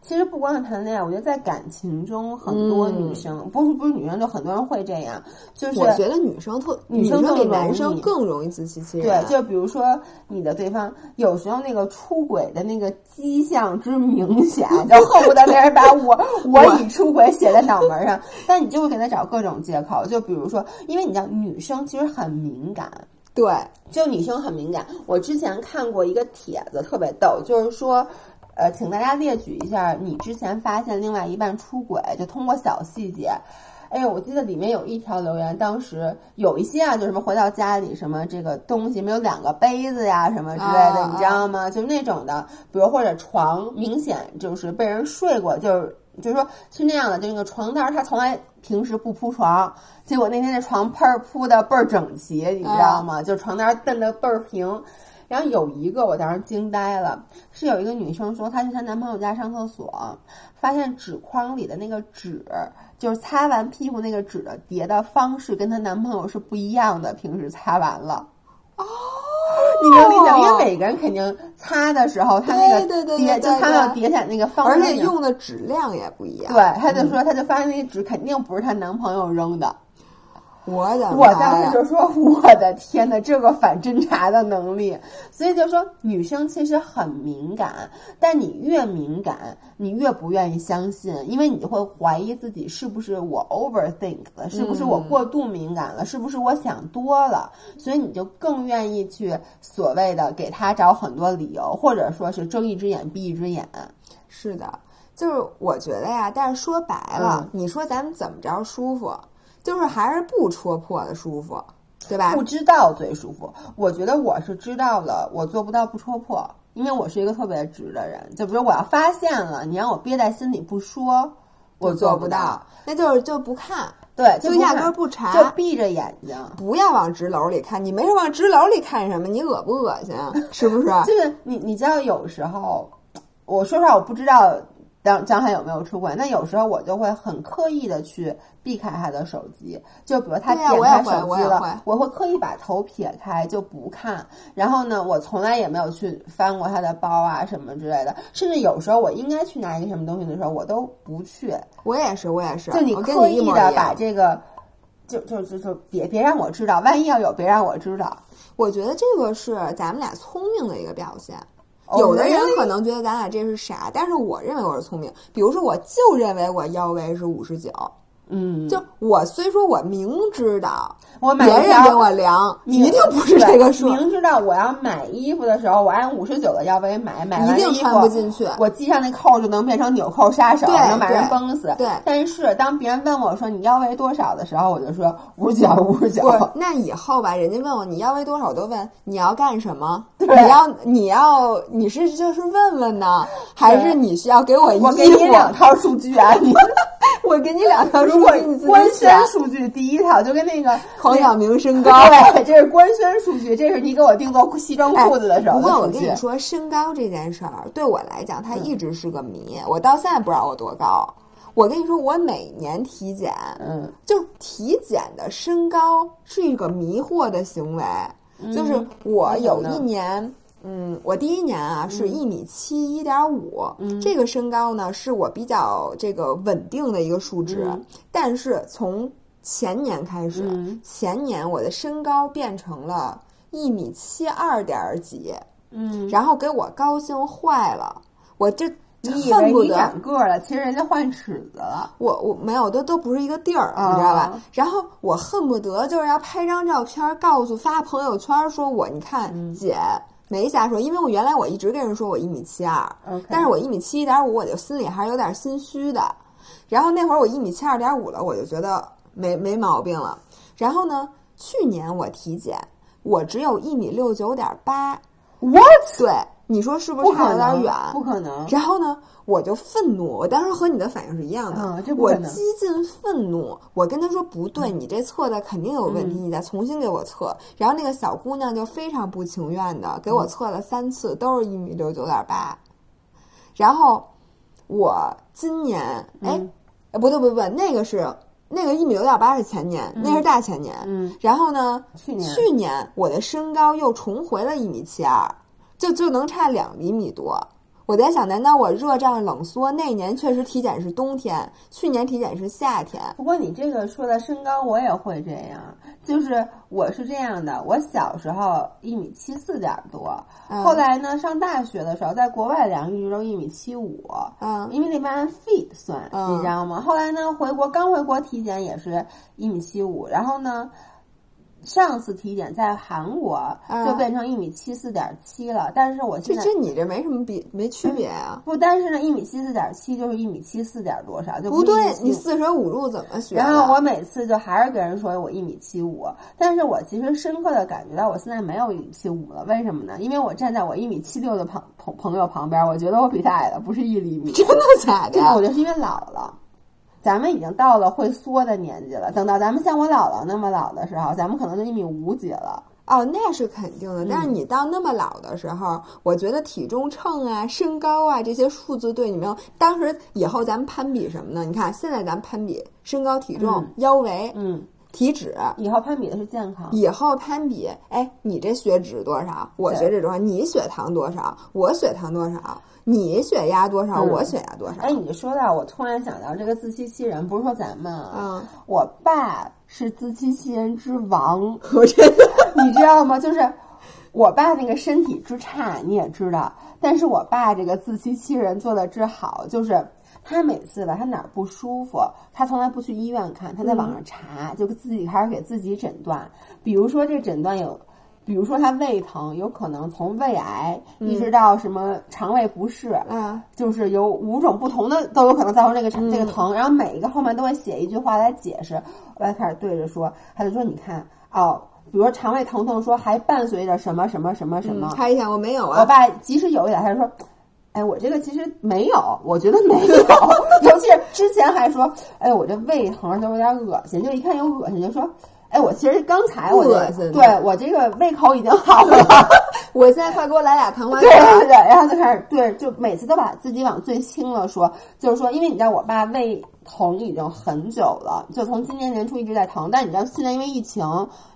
Speaker 1: 其实不光是谈恋爱，我觉得在感情中，很多
Speaker 2: 嗯
Speaker 1: 女生、不是不是女生，就很多人会这样，就是
Speaker 2: 我觉得女生特
Speaker 1: 女生更
Speaker 2: 比
Speaker 1: 容
Speaker 2: 男
Speaker 1: 易
Speaker 2: 生更容易自欺欺人
Speaker 1: 对，，就比如说你的对方有时候那个出轨的那个迹象之明显，就恨不得别人把我我已出轨写在脑门上，但你就会给他找各种借口，就比如说，因为你知道女生其实很敏感。
Speaker 2: 对，
Speaker 1: 就女生很敏感，我之前看过一个帖子特别逗，就是说，呃，请大家列举一下你之前发现另外一半出轨，就通过小细节。哎呦，我记得里面有一条留言，当时有一些啊，就什么回到家里什么这个东西没有两个杯子呀什么之类的，
Speaker 2: 啊
Speaker 1: 你知道吗？就那种的，比如或者床明显就是被人睡过，就是就是说是那样的，就那个床单儿他从来平时不铺床，结果那天那床铺儿铺的倍儿整齐，你知道
Speaker 2: 嗯
Speaker 1: 吗？就床单儿蹬得倍儿平。然后有一个我当时惊呆了，是有一个女生说她去她男朋友家上厕所，发现纸筐里的那个纸，就是擦完屁股那个纸的叠的方式跟她男朋友是不一样的，平时擦完了。哦，你能理解吗？因为每个人肯定擦的时候，他那个叠，
Speaker 2: 对对对对对
Speaker 1: 就他要叠起来那个方
Speaker 2: 而
Speaker 1: 式，
Speaker 2: 且用的质量也不一样。
Speaker 1: 对，，她就说，她就发现那纸肯定不是她男朋友扔的。
Speaker 2: 我的
Speaker 1: 我
Speaker 2: 妈
Speaker 1: 当时
Speaker 2: 呀
Speaker 1: 就说：“我的天呐，这个反侦查的能力！”所以就说女生其实很敏感，但你越敏感，你越不愿意相信，因为你会怀疑自己是不是我 overthink 了，是不是我过度敏感了，是不是我想多了，所以你就更愿意去所谓的给他找很多理由，或者说是睁一只眼闭一只眼。
Speaker 2: 是的，就是我觉得呀，但是说白了，
Speaker 1: 嗯
Speaker 2: 你说咱们怎么着舒服，就是还是不戳破的舒服，对吧
Speaker 1: 不？知道最舒服。我觉得我是知道了，我做不到不戳破，因为我是一个特别直的人。就比如我要发现了，你让我憋在心里不说，我
Speaker 2: 做
Speaker 1: 不
Speaker 2: 不到。，那就是就不看，
Speaker 1: 对，
Speaker 2: 就
Speaker 1: 不
Speaker 2: 压
Speaker 1: 看
Speaker 2: 根儿不查
Speaker 1: 就闭着眼睛。
Speaker 2: 不要往纸篓里看。你没事往纸篓里看什么？你恶不恶心啊？是不是？
Speaker 1: 就是你，你知道，有时候我说实话，我不知道张张翰有没有出轨。那有时候我就会很刻意的去避开他的手机，就比如他
Speaker 2: 对呀
Speaker 1: 点
Speaker 2: 我也
Speaker 1: 开
Speaker 2: 会
Speaker 1: 手
Speaker 2: 我
Speaker 1: 机
Speaker 2: 也
Speaker 1: 了，
Speaker 2: 会
Speaker 1: 我会刻意把头撇开就不看。然后呢，我从来也没有去翻过他的包啊什么之类的。甚至有时候我应该去拿一个什么东西的时候，我都不去。
Speaker 2: 我也是，我也是。
Speaker 1: 就你
Speaker 2: 我跟
Speaker 1: 刻
Speaker 2: 你一
Speaker 1: 意
Speaker 2: 模
Speaker 1: 的
Speaker 2: 一
Speaker 1: 把
Speaker 2: 样。
Speaker 1: 这个。就就就就别别让我知道，万一要有别让我知道。
Speaker 2: 我觉得这个是咱们俩聪明的一个表现。
Speaker 1: 哦
Speaker 2: 有的人
Speaker 1: 没有
Speaker 2: 可能觉得咱俩这是傻，但是我认为我是聪明。比如说，我就认为我腰围是五十九，
Speaker 1: 嗯，
Speaker 2: 就我虽说我明知道
Speaker 1: 我买
Speaker 2: 别
Speaker 1: 一
Speaker 2: 人
Speaker 1: 条
Speaker 2: 跟我量
Speaker 1: 明
Speaker 2: 一定不是这个数
Speaker 1: 对，明知道我要买衣服的时候，我按五十九的腰围买，买完
Speaker 2: 一定
Speaker 1: 衣服
Speaker 2: 穿不进去
Speaker 1: 我系上那扣就能变成纽扣杀手，
Speaker 2: 对
Speaker 1: 能把人
Speaker 2: 对
Speaker 1: 崩死。
Speaker 2: 对
Speaker 1: 但是当别人问我说你腰围多少的时候，我就说五十九，五十九。
Speaker 2: 我那以后吧，人家问我你腰围多少，我都问你要干什么？
Speaker 1: 对
Speaker 2: 你要你要你是就是问问呢，还是
Speaker 1: 对
Speaker 2: 你需要给我衣服？
Speaker 1: 我给你两套数据啊，你
Speaker 2: 我给你两条
Speaker 1: 如
Speaker 2: 数
Speaker 1: 果
Speaker 2: 据，你自己
Speaker 1: 官
Speaker 2: 选
Speaker 1: 宣数据第一套就跟那个
Speaker 2: 黄晓明身高。
Speaker 1: 对，这是官宣数据，这是你给我定做西装裤子的时候
Speaker 2: 哎不
Speaker 1: 的
Speaker 2: 过我
Speaker 1: 数
Speaker 2: 跟
Speaker 1: 据。
Speaker 2: 你说，身高这件事儿对我来讲，它
Speaker 1: 嗯
Speaker 2: 一直是个谜。我到现在不知道我多高。我跟你说，我每年体检，
Speaker 1: 嗯，
Speaker 2: 就是体检的身高是一个迷惑的行为。
Speaker 1: 嗯
Speaker 2: 就是我有一年，嗯，我第一年啊是一米七一点五，
Speaker 1: 嗯
Speaker 2: 这个身高呢是我比较这个稳定的一个数值。但是从前年开始，
Speaker 1: 嗯
Speaker 2: 前年我的身高变成了一米七二点儿几，
Speaker 1: 嗯，
Speaker 2: 然后给我高兴坏了，我这
Speaker 1: 你以
Speaker 2: 恨
Speaker 1: 为
Speaker 2: 不
Speaker 1: 你
Speaker 2: 得
Speaker 1: 长个儿了，其实人家换尺子了。
Speaker 2: 我我没有，都都不是一个地儿，
Speaker 1: 啊
Speaker 2: 你知道吧？然后我恨不得就是要拍张照片，告诉发朋友圈，说我你看、
Speaker 1: 嗯
Speaker 2: 姐没瞎说，因为我原来我一直跟人说我一米七二
Speaker 1: OK
Speaker 2: 但是我一米七一点五，我就心里还是有点心虚的。然后那会儿我一米七二点五了，我就觉得没没毛病了。然后呢，去年我体检，我只有一米六九点八，
Speaker 1: What？
Speaker 2: 对，你说是不
Speaker 1: 不
Speaker 2: 是差
Speaker 1: 可
Speaker 2: 有点
Speaker 1: 能，
Speaker 2: 远？
Speaker 1: 不可能。
Speaker 2: 然后呢，我就愤怒，我当时和你的反应是一样的，
Speaker 1: 嗯这不
Speaker 2: 我
Speaker 1: 可能
Speaker 2: 激进愤怒，我跟他说不对，你这测的肯定有问题，你再重新给我测。然后那个小姑娘就非常不情愿的给我测了三次，都是一米六九点八。然后我今年，
Speaker 1: 嗯
Speaker 2: 哎，呃不对不对不对，那个是那个一米六点八是前年，那是大前年。
Speaker 1: 嗯，
Speaker 2: 然后呢，
Speaker 1: 去年
Speaker 2: 去年我的身高又重回了一米七二，就就能差两厘米多。我在想，难道我热胀冷缩？那年确实体检是冬天，去年体检是夏天。
Speaker 1: 不过你这个说的身高，我也会这样，就是我是这样的，我小时候一米七四点多，
Speaker 2: 嗯
Speaker 1: 后来呢上大学的时候，在国外量一直都一米七五，
Speaker 2: 嗯
Speaker 1: 因为那边按 feet 算，
Speaker 2: 嗯
Speaker 1: 你知道吗？后来呢回国刚回国体检也是一米七五，然后呢。上次体检在韩国
Speaker 2: 嗯
Speaker 1: 就变成一米七四点七了，但是我
Speaker 2: 这
Speaker 1: 现在
Speaker 2: 这你这没什么比没区别啊？
Speaker 1: 不，但是呢，一米七四点七就是一米七四点多少，就
Speaker 2: 不
Speaker 1: 是
Speaker 2: 对，
Speaker 1: 1.75
Speaker 2: 你四舍五入怎么学
Speaker 1: 嗯
Speaker 2: 的？。
Speaker 1: 然后我每次就还是跟人说我一米七五，但是我其实深刻的感觉到我现在没有一米七五了，为什么呢？因为我站在我一米七六的朋朋朋友旁边，我觉得我比他矮了不是一厘米
Speaker 2: 真的假的
Speaker 1: 这个
Speaker 2: 呀？
Speaker 1: 我就是因为老了，咱们已经到了会缩的年纪了。等到咱们像我姥姥那么老的时候，咱们可能就一米五几了。
Speaker 2: 哦，那是肯定的。
Speaker 1: 嗯
Speaker 2: 但是你到那么老的时候，我觉得体重秤啊、身高啊这些数字对你没有。当时以后咱们攀比什么呢？你看现在咱们攀比身高、体重、
Speaker 1: 嗯
Speaker 2: 腰围、
Speaker 1: 嗯，
Speaker 2: 体脂。
Speaker 1: 以后攀比的是健康。
Speaker 2: 以后攀比，哎，你这血脂多少？我
Speaker 1: 对
Speaker 2: 血脂多少？你血糖多少？我血糖多少？你血压多少？
Speaker 1: 嗯
Speaker 2: 我血压多少？
Speaker 1: 哎，你说到我突然想到这个自欺欺人，不是说咱们啊，
Speaker 2: 嗯
Speaker 1: 我爸是自欺欺人之王。
Speaker 2: 我真的
Speaker 1: 你知道吗？就是我爸那个身体之差你也知道，但是我爸这个自欺欺人做的之好，就是他每次吧，他哪儿不舒服，他从来不去医院看，他在网
Speaker 2: 嗯
Speaker 1: 上查，就自己开始给自己诊断。比如说这诊断有。比如说他胃疼，有可能从胃癌
Speaker 2: 嗯
Speaker 1: 一直到什么肠胃不适，
Speaker 2: 啊，
Speaker 1: 就是有五种不同的都有可能造成这个
Speaker 2: 嗯
Speaker 1: 这个疼，然后每一个后面都会写一句话来解释。我就开始对着说，他就说你看哦，比如说肠胃疼痛说还伴随着什么什么什么什么。哦
Speaker 2: 猜一下，我没有
Speaker 1: 我
Speaker 2: 啊。
Speaker 1: 爸即使有一点，他就说。哎，我这个其实没有，我觉得没有， 尤其是之前还说，哎，我这胃疼都有点恶心，就一看有恶心就说，哎，我其实刚才我
Speaker 2: 恶心
Speaker 1: 这
Speaker 2: 的
Speaker 1: 对我这个胃口已经好了，
Speaker 2: 我现在快给我来俩 糖花
Speaker 1: 对
Speaker 2: 卷。
Speaker 1: 对对，然后就开始对，就每次都把自己往最轻了说，就是说，因为你知道我爸胃疼已经很久了，就从今年年初一直在疼，但你知道现在因为疫情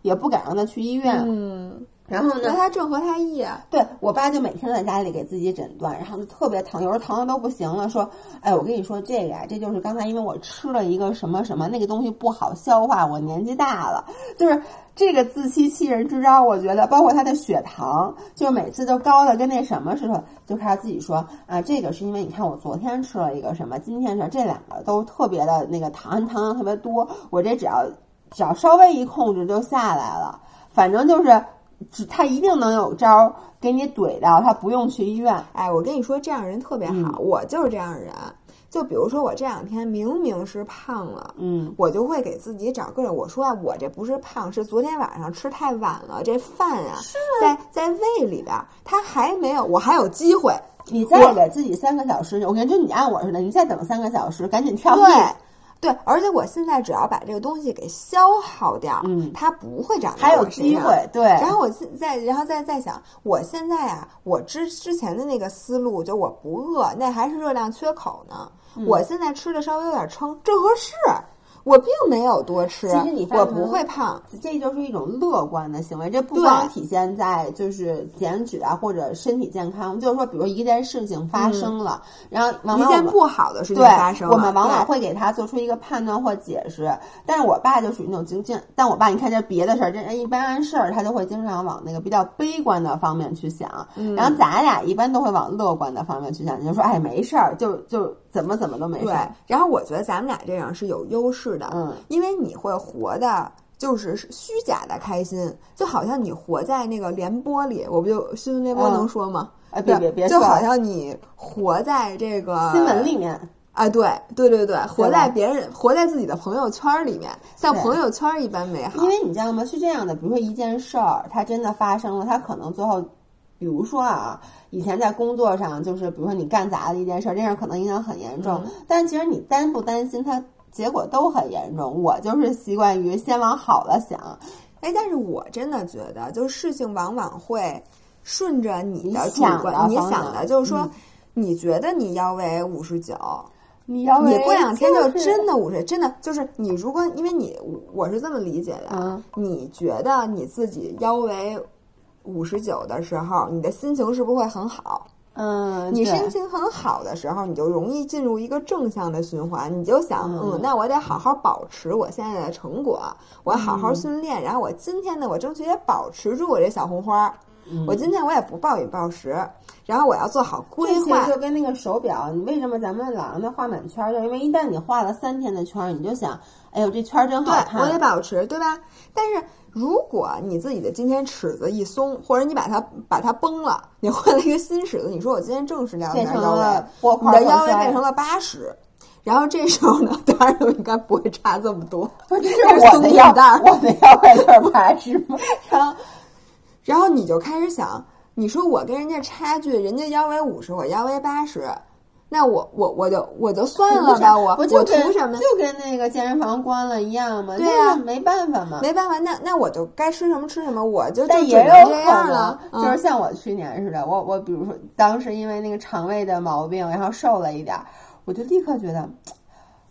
Speaker 1: 也不敢让他去医院，
Speaker 2: 嗯，
Speaker 1: 然后
Speaker 2: 那
Speaker 1: 呢，
Speaker 2: 他正合他意啊。
Speaker 1: 对我爸就每天在家里给自己诊断，然后就特别疼，有时候疼的都不行了，说，哎，我跟你说这个呀、这就是刚才因为我吃了一个什么什么那个东西不好消化，我年纪大了，就是这个自欺欺人之招，我觉得包括他的血糖，就是每次都高的跟那什么似的，就开始自己说啊，这个是因为你看我昨天吃了一个什么，今天是这两个都特别的那个糖糖量特别多，我这只要只要稍微一控制就下来了，反正就是。只他一定能有招儿给你怼到，他不用去医院。
Speaker 2: 哎，我跟你说，这样人特别好，
Speaker 1: 嗯
Speaker 2: 我就是这样人。就比如说，我这两天明明是胖了，
Speaker 1: 嗯，
Speaker 2: 我就会给自己找各种，我说啊，我这不是胖，是昨天晚上吃太晚了，这饭啊，在在胃里边儿，它还没有，我还有机会。
Speaker 1: 你再
Speaker 2: 我
Speaker 1: 给自己三个小时，我感觉你按我似的，你再等三个小时，赶紧跳
Speaker 2: 对
Speaker 1: 地。，
Speaker 2: 对，而且我现在只要把这个东西给消耗掉，
Speaker 1: 嗯
Speaker 2: 它不会长
Speaker 1: 还
Speaker 2: 在
Speaker 1: 有
Speaker 2: 我身
Speaker 1: 机
Speaker 2: 上。
Speaker 1: 会，对。
Speaker 2: 然后我现在，然后再再想，我现在啊，我之之前的那个思路，就我
Speaker 1: 嗯
Speaker 2: 不饿，那还是热量缺口呢。我现在吃的稍微有点撑，正合适。我并没有多吃
Speaker 1: 其实你，发
Speaker 2: 我
Speaker 1: 现
Speaker 2: 不会胖。
Speaker 1: 这就是一种乐观的行为，这不
Speaker 2: 对
Speaker 1: 光体现在就是减脂啊或者身体健康，就是说，比如一件事情发生了，然后往往
Speaker 2: 嗯一
Speaker 1: 我
Speaker 2: 件
Speaker 1: 们
Speaker 2: 不好的事情
Speaker 1: 对
Speaker 2: 发生了，
Speaker 1: 我们往往
Speaker 2: 对
Speaker 1: 会给他做出一个判断或解释。但是我爸就属于那种经经，但我爸你看这别的事儿，这一般事儿他就会经常往那个比较悲观的方面去想，
Speaker 2: 嗯
Speaker 1: 然后咱俩一般都会往乐观的方面去想，你就说哎没事儿，就就怎么怎么都没事
Speaker 2: 对
Speaker 1: 儿。。
Speaker 2: 然后我觉得咱们俩这样是有优势的，
Speaker 1: 嗯，
Speaker 2: 因为你会活的。就是虚假的开心，就好像你活在那个联播里，我不就新闻联播
Speaker 1: 嗯
Speaker 2: 能说吗？
Speaker 1: 哎别别别
Speaker 2: 就
Speaker 1: 说
Speaker 2: 好
Speaker 1: 了，
Speaker 2: 像你活在这个
Speaker 1: 新闻里面。
Speaker 2: 啊，对对对对，活
Speaker 1: 对吧
Speaker 2: 在别人活在自己的朋友圈里面，像
Speaker 1: 对
Speaker 2: 朋友圈一般美好
Speaker 1: 因。为你知道吗？是这样的，比如说一件事儿，它真的发生了，它可能最后，比如说啊，以前在工作上，就是比如说你干砸了一件事儿，这样可能影响很严重，
Speaker 2: 嗯
Speaker 1: 但其实你担不担心它？结果都很严重，我就是习惯于先往好了想，
Speaker 2: 哎，但是我真的觉得，就事情往往会顺着你的
Speaker 1: 你
Speaker 2: 主
Speaker 1: 想
Speaker 2: 观，
Speaker 1: 的
Speaker 2: 你
Speaker 1: 方
Speaker 2: 想
Speaker 1: 向嗯
Speaker 2: 的，就是说，你觉得你腰围五十九，
Speaker 1: 你要
Speaker 2: 你过两天就真
Speaker 1: 的
Speaker 2: 的五十，真的就是你如果因为你我是这么理解的，
Speaker 1: 嗯
Speaker 2: 你觉得你自己腰围五十九的时候，你的心情是不是会很好？
Speaker 1: 嗯，
Speaker 2: 你
Speaker 1: 对
Speaker 2: 心情很好的时候，你就容易进入一个正向的循环，你就想，
Speaker 1: 嗯
Speaker 2: 嗯，那我得好好保持我现在的成果，我好
Speaker 1: 嗯
Speaker 2: 好训练，然后我今天呢，我争取也保持住我这小红花儿，
Speaker 1: 嗯
Speaker 2: 我今天我也不暴饮暴食，然后我要做好规
Speaker 1: 这
Speaker 2: 划
Speaker 1: 其实，就跟那个手表，你为什么咱们老让它画满圈儿？就是因为一旦你画了三天的圈儿，你就想，哎呦这圈儿真好
Speaker 2: 对，
Speaker 1: 看，
Speaker 2: 我得保持，对吧？但是如果你自己的今天尺子一松，或者你把它把它崩了，你换了一个新尺子，你说我今天正式量
Speaker 1: 变
Speaker 2: 量
Speaker 1: 成
Speaker 2: 腰围
Speaker 1: 了，波
Speaker 2: 你
Speaker 1: 块
Speaker 2: 的
Speaker 1: 儿
Speaker 2: 腰
Speaker 1: 头
Speaker 2: 围
Speaker 1: 圈
Speaker 2: 变
Speaker 1: 儿
Speaker 2: 成了八十，然后这时候呢，当然我应该不会差这么多，
Speaker 1: 不是
Speaker 2: 这是
Speaker 1: 我
Speaker 2: 松
Speaker 1: 的
Speaker 2: 紧
Speaker 1: 腰
Speaker 2: 带儿
Speaker 1: 我的腰带就是八十吗？
Speaker 2: 然后然后你就开始想，你说我跟人家差距，人家腰围五十，我腰围八十。那我我我就我就算了吧，我
Speaker 1: 不就
Speaker 2: 我图
Speaker 1: 跟
Speaker 2: 什么呀？
Speaker 1: 就跟那个健身房关了一样嘛，
Speaker 2: 对啊
Speaker 1: 这个没办法嘛。
Speaker 2: 没办法，那那我就该吃什么吃什么，我就就
Speaker 1: 但
Speaker 2: 只
Speaker 1: 也
Speaker 2: 能
Speaker 1: 有
Speaker 2: 这
Speaker 1: 可
Speaker 2: 样
Speaker 1: 能
Speaker 2: 了，。
Speaker 1: 就是
Speaker 2: 嗯
Speaker 1: 像我去年似的，我我比如说当时因为那个肠胃的毛病，然后瘦了一点儿，我就立刻觉得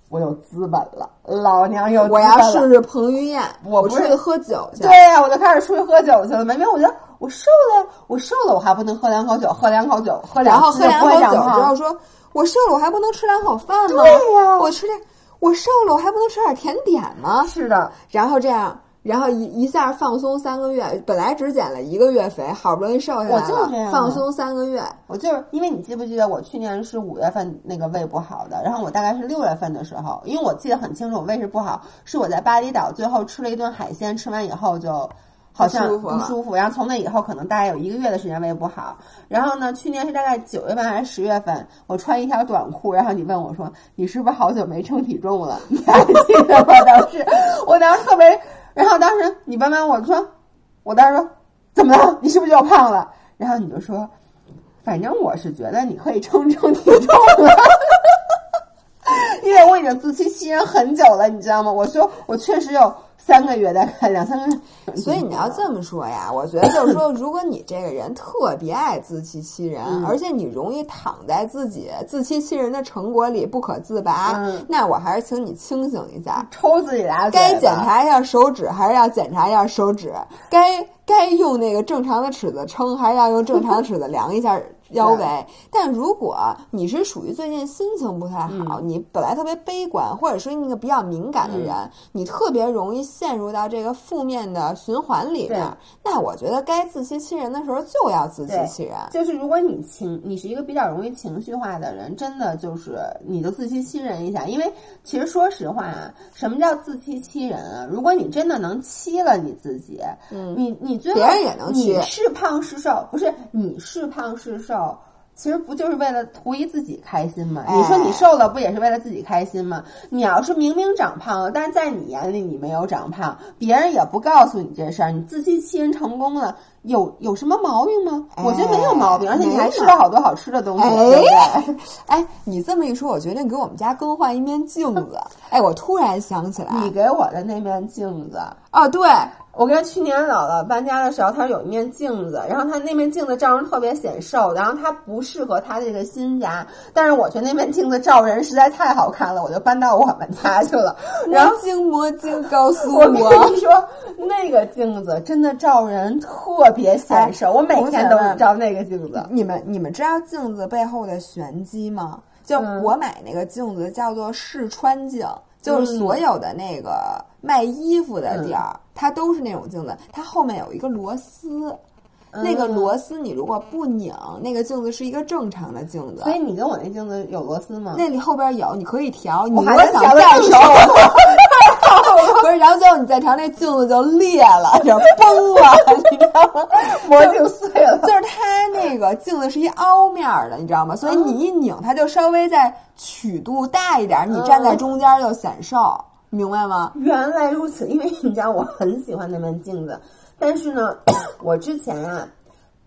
Speaker 1: 我有资本了，老娘有资
Speaker 2: 我
Speaker 1: 本
Speaker 2: 要
Speaker 1: 了。
Speaker 2: 试试彭于晏，
Speaker 1: 我
Speaker 2: 我
Speaker 1: 不
Speaker 2: 出
Speaker 1: 是
Speaker 2: 去喝酒去。
Speaker 1: 对啊呀、我就开始出去喝酒去了。没没，我觉得我瘦了，我瘦了，我还不能喝两口酒，喝两口酒，喝
Speaker 2: 然
Speaker 1: 两
Speaker 2: 后
Speaker 1: 次
Speaker 2: 喝
Speaker 1: 就不会
Speaker 2: 两口酒
Speaker 1: 长
Speaker 2: 之后
Speaker 1: 胖。
Speaker 2: 说，我瘦了，我还不能吃两口饭吗？
Speaker 1: 对呀
Speaker 2: 我吃点，我瘦了，我还不能吃点甜点吗？
Speaker 1: 是的，
Speaker 2: 然后这样，然后一一下放松三个月，本来只减了一个月肥，好不容易瘦下来
Speaker 1: 我就是这样
Speaker 2: 了，
Speaker 1: 啊
Speaker 2: 放松三个月，
Speaker 1: 我就是因为你记不记得我去年是五月份那个胃不好的，然后我大概是六月份的时候，因为我记得很清楚，我胃是不好，是我在巴厘岛最后吃了一顿海鲜，吃完以后就。好像
Speaker 2: 不舒服
Speaker 1: 不
Speaker 2: 了
Speaker 1: 舒服，然后从那以后可能大概有一个月的时间胃不好。然后呢，去年是大概九月份还是十月份，我穿一条短裤，然后你问我说：“你是不是好久没称体重了？” 你还记得吗？当时我当时特别，然后当时你问完我说：“我当时说怎么了？你是不是又胖了？”然后你就说：“反正我是觉得你可以称称体重了，因为我已经自欺欺人很久了，你知道吗？我说我确实有三个月，大概两三个月。
Speaker 2: 所以你要这么说呀，我觉得就是说，如果你这个人特别爱自欺欺人，
Speaker 1: 嗯
Speaker 2: 而且你容易躺在自己自欺欺人的成果里不可自拔，
Speaker 1: 嗯
Speaker 2: 那我还是请你清醒一下。
Speaker 1: 抽自己俩嘴巴，
Speaker 2: 该检查一下手指，还是要检查一下手指；该该用那个正常的尺子称，还是要用正常的尺子 量一下腰围。但如果你是属于最近心情不太好，
Speaker 1: 嗯
Speaker 2: 你本来特别悲观，或者是那个比较敏感的人，你特别容易陷入到这个负面的循环里边
Speaker 1: 对。
Speaker 2: 那我觉得该自欺欺人的时候就要自欺
Speaker 1: 对
Speaker 2: 欺人。
Speaker 1: 就是如果你情，你是一个比较容易情绪化的人，真的就是你就自欺欺人一下。因为其实说实话啊，什么叫自欺欺人啊？如果你真的能欺了你自己，嗯，你你最后
Speaker 2: 别人也能欺
Speaker 1: 你是胖是瘦，不是你是胖是瘦。其实不就是为了图一自己开心吗？
Speaker 2: 哎
Speaker 1: 你说你瘦了，不也是为了自己开心吗？你要是明明长胖了，但是在你眼里你没有长胖，别人也不告诉你这事儿，你自欺欺人成功了，有有什么毛病吗？我觉得没有毛病，
Speaker 2: 哎
Speaker 1: 而且你还
Speaker 2: 没
Speaker 1: 吃
Speaker 2: 毛
Speaker 1: 了好多好吃的东西，
Speaker 2: 哎
Speaker 1: 嗯对不对？
Speaker 2: 哎，你这么一说，我决定给我们家更换一面镜子。哎，我突然想起来，
Speaker 1: 你给我的那面镜子，
Speaker 2: 哦，对，
Speaker 1: 我跟去年姥姥搬家的时候，她有一面镜子，然后她那面镜子照人特别显瘦，然后它不适合她这个新家，但是我觉得那面镜子照人实在太好看了，我就搬到我们家去了。然后
Speaker 2: 魔镜魔镜告诉
Speaker 1: 我跟你说，那个镜子真的照人特别显瘦，
Speaker 2: 哎
Speaker 1: 我每天都
Speaker 2: 同学们
Speaker 1: 照那个镜子。
Speaker 2: 你们你们知道镜子背后的玄机吗？就
Speaker 1: 嗯
Speaker 2: 我买那个镜子叫做试穿镜，就是所有的那个卖衣服的
Speaker 1: 嗯
Speaker 2: 地儿，它都是那种镜子，它后面有一个螺丝。那个
Speaker 1: 嗯
Speaker 2: 螺丝你如果不拧，那个镜子是一个正常的镜子
Speaker 1: 所，以你跟我那镜子有螺丝吗？
Speaker 2: 那里后边有，你可以调。你
Speaker 1: 我
Speaker 2: 如
Speaker 1: 还
Speaker 2: 果
Speaker 1: 能
Speaker 2: 想
Speaker 1: 调得
Speaker 2: 再
Speaker 1: 更
Speaker 2: 瘦， 不是，然后最后你再调，那镜子就裂了，就崩了， 你知道吗？
Speaker 1: 魔镜碎了。
Speaker 2: 就是它那个镜子是一凹面儿的，你知道吗？
Speaker 1: 嗯
Speaker 2: 所以你一拧，它就稍微再曲度大一点儿，你站
Speaker 1: 嗯
Speaker 2: 在中间儿就显瘦，明白吗？
Speaker 1: 原来如此，因为你知道我很喜欢那面镜子，但是 呢，我之前啊，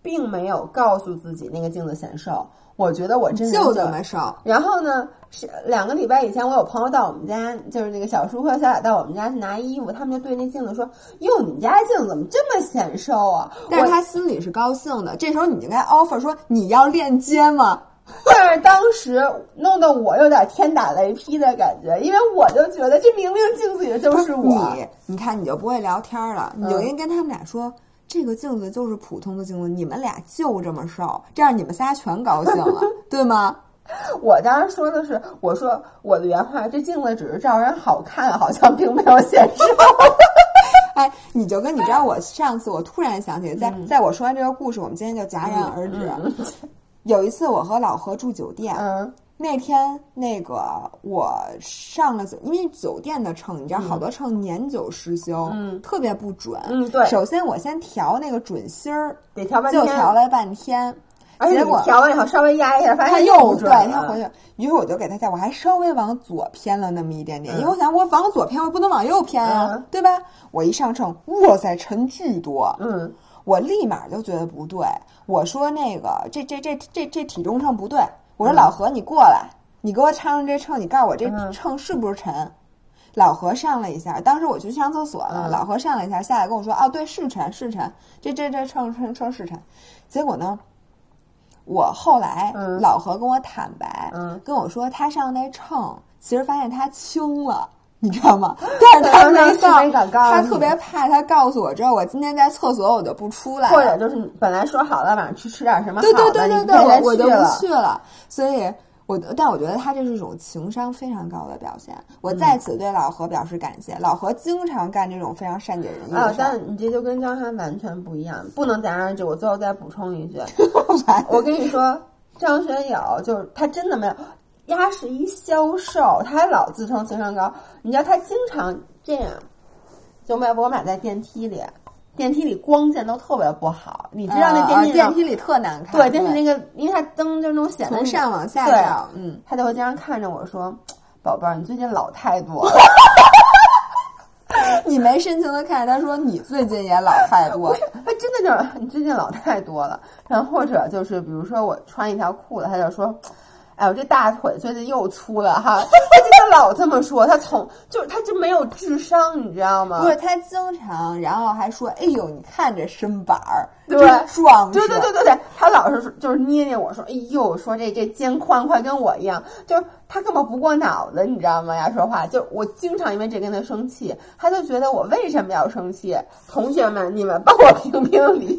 Speaker 1: 并没有告诉自己那个镜子显瘦，我觉得我真的
Speaker 2: 就这么瘦，
Speaker 1: 然后呢，是两个礼拜以前，我有朋友到我们家，就是那个小叔和小雅到我们家去拿衣服，他们就对那镜子说：“哟，你们家镜子怎么这么显瘦啊？”
Speaker 2: 但是
Speaker 1: 我
Speaker 2: 他心里是高兴的。这时候你应该 offer 说你要链接吗？
Speaker 1: 但是当时弄得我有点天打雷劈的感觉，因为我就觉得这明明镜子里的就是我。嗯
Speaker 2: 你你看你就不会聊天儿了，你就应该跟他们俩说。这个镜子就是普通的镜子，你们俩就这么瘦，这样你们仨全高兴 了，对吗？
Speaker 1: 我当时说的是，我说我的原话，这镜子只是照人好看，好像并没有显瘦。
Speaker 2: 哎，你就跟你知道我上次我突然想起，在
Speaker 1: 嗯
Speaker 2: 在我说完这个故事，我们今天就戛然而止。 有一次我和老何住酒店，
Speaker 1: 嗯
Speaker 2: 那天那个我上了酒，因为酒店的秤，你知道好多秤年久失修，
Speaker 1: 嗯
Speaker 2: 特别不准。
Speaker 1: 嗯，对，
Speaker 2: 首先我先调那个准心儿，
Speaker 1: 得调半
Speaker 2: 就
Speaker 1: 天，
Speaker 2: 调了半天，
Speaker 1: 而且
Speaker 2: 结
Speaker 1: 你
Speaker 2: 果
Speaker 1: 调完以后稍微压一下，发
Speaker 2: 他
Speaker 1: 现
Speaker 2: 又
Speaker 1: 又
Speaker 2: 对
Speaker 1: 准
Speaker 2: 他
Speaker 1: 了嗯
Speaker 2: 回。去，于是我就给他下，我还稍微往左偏了那么一点点，
Speaker 1: 嗯
Speaker 2: 因为我想我往左偏，我不能往右偏啊，
Speaker 1: 嗯
Speaker 2: 对吧？我一上秤，哇塞，沉巨多，
Speaker 1: 嗯，
Speaker 2: 我立马就觉得不对，我说那个这这这这这体重秤不对，我说老何你过来，你给我称称这秤，你告诉我这
Speaker 1: 嗯
Speaker 2: 秤是不是沉？老何上了一下，当时我去上厕所了，
Speaker 1: 嗯
Speaker 2: 老何上了一下，下来跟我说哦对是沉是沉，这这这秤称称是沉，结果呢？我后来，
Speaker 1: 嗯
Speaker 2: 老何跟我坦白，
Speaker 1: 嗯
Speaker 2: 跟我说他上那秤，其实发现他轻了，你知道吗？ 但是他
Speaker 1: 当时
Speaker 2: 没告，
Speaker 1: 嗯没敢告诉
Speaker 2: 他
Speaker 1: 你
Speaker 2: 特别怕他告诉我之后，我今天在厕所我就不出来了，
Speaker 1: 或者就是你本来说好了晚上去吃点什么好
Speaker 2: 对
Speaker 1: 的，
Speaker 2: 对对对
Speaker 1: 你
Speaker 2: 对，
Speaker 1: 现在
Speaker 2: 我我
Speaker 1: 去
Speaker 2: 就不
Speaker 1: 了
Speaker 2: 去了。所以我，但我觉得他这是一种情商非常高的表现。我
Speaker 1: 嗯
Speaker 2: 在此对老何表示感谢，老何经常干这种非常善解人意
Speaker 1: 啊
Speaker 2: 的！事儿。
Speaker 1: 但你这就跟张翰完全不一样，不能戛然而止。我最后再补充一句， 我跟你说，张学友就是他真的没有，他是一销售，他还老自称情商高。你知道他经常这样，就买我买在电梯里，电梯里光线都特别不好，你知道那
Speaker 2: 电
Speaker 1: 电梯
Speaker 2: 啊嗯电
Speaker 1: 梯
Speaker 2: 梯里特难看，
Speaker 1: 对电梯那个，因为它灯就是那种显得
Speaker 2: 从
Speaker 1: 你
Speaker 2: 上往下
Speaker 1: 对
Speaker 2: 照，嗯，
Speaker 1: 他就会经常看着我说：“宝贝儿，你最近老太多了。”
Speaker 2: 你没深情的看着他说你最近也老太多了，
Speaker 1: 他 真的就是你最近老太多了，然后或者就是比如说我穿一条裤子，他就说，哎，我这大腿最近又粗了哈， 他真的老这么说，他从就是他就没有智商，你知道吗
Speaker 2: 不？是他经常，然后还说，哎呦，你看这身板儿，
Speaker 1: 对
Speaker 2: 真壮实，
Speaker 1: 对对对对对，他老是说就是捏捏我说，哎呦，说这这肩宽快跟我一样，就是他根本不过脑子，你知道吗？呀，说话就我经常因为这跟他生气，他就觉得我为什么要生气？同学们，你们帮我评评理，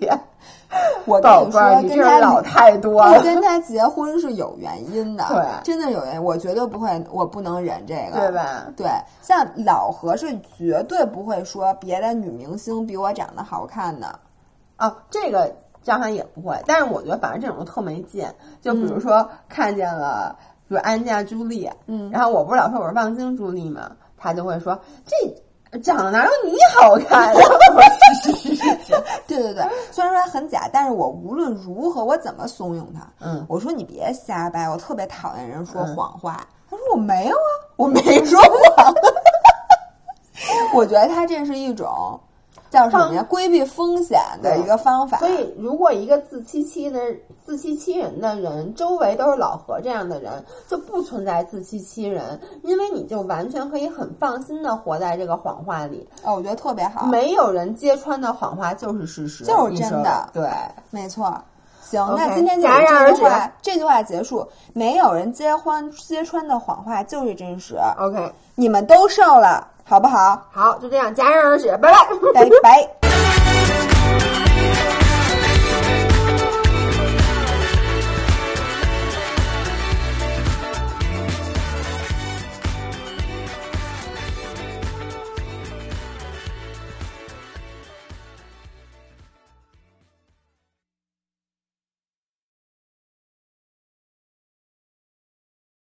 Speaker 2: 我跟
Speaker 1: 宝
Speaker 2: 你
Speaker 1: 贝儿，
Speaker 2: 说，
Speaker 1: 你
Speaker 2: 跟
Speaker 1: 这
Speaker 2: 他
Speaker 1: 人老太多了
Speaker 2: 但。跟他结婚是有原因的，
Speaker 1: 对
Speaker 2: 真的有原因，我绝对不会，我不能忍这个，
Speaker 1: 对吧？
Speaker 2: 对，像老何是绝对不会说别的女明星比我长得好看的，
Speaker 1: 啊，这个张翰也不会，但是我觉得反正这种特没劲。就比如说看见了，比如安家朱莉，
Speaker 2: 嗯
Speaker 1: 然后我不是老说我是望京朱莉嘛，他就会说这长得哪有你好看呀？ 我说是是是是，
Speaker 2: 对对对，虽然说很假，但是我无论如何，我怎么怂恿他，
Speaker 1: 嗯，
Speaker 2: 我说你别瞎掰，我特别讨厌人说
Speaker 1: 嗯
Speaker 2: 谎话。他说我没有啊， 我没说谎。我觉得他这是一种叫什么呀？规避风险的一个方法。
Speaker 1: 所以，如果一个自欺欺的自欺欺人的人，周围都是老何这样的人，就不存在自欺欺人，因为你就完全可以很放心的活在这个谎话里。
Speaker 2: 哦，我觉得特别好，
Speaker 1: 没有人揭穿的谎话就是事实，
Speaker 2: 就是真的
Speaker 1: 你说对，
Speaker 2: 没错。行
Speaker 1: OK，
Speaker 2: 那今天就以
Speaker 1: 戛然而
Speaker 2: 这句
Speaker 1: 止
Speaker 2: 话这句话结束。没有人揭欢揭穿的谎话就是真实，
Speaker 1: OK，
Speaker 2: 你们都受了，好不好？
Speaker 1: 好，就这样戛然而止，拜拜。
Speaker 2: 拜拜。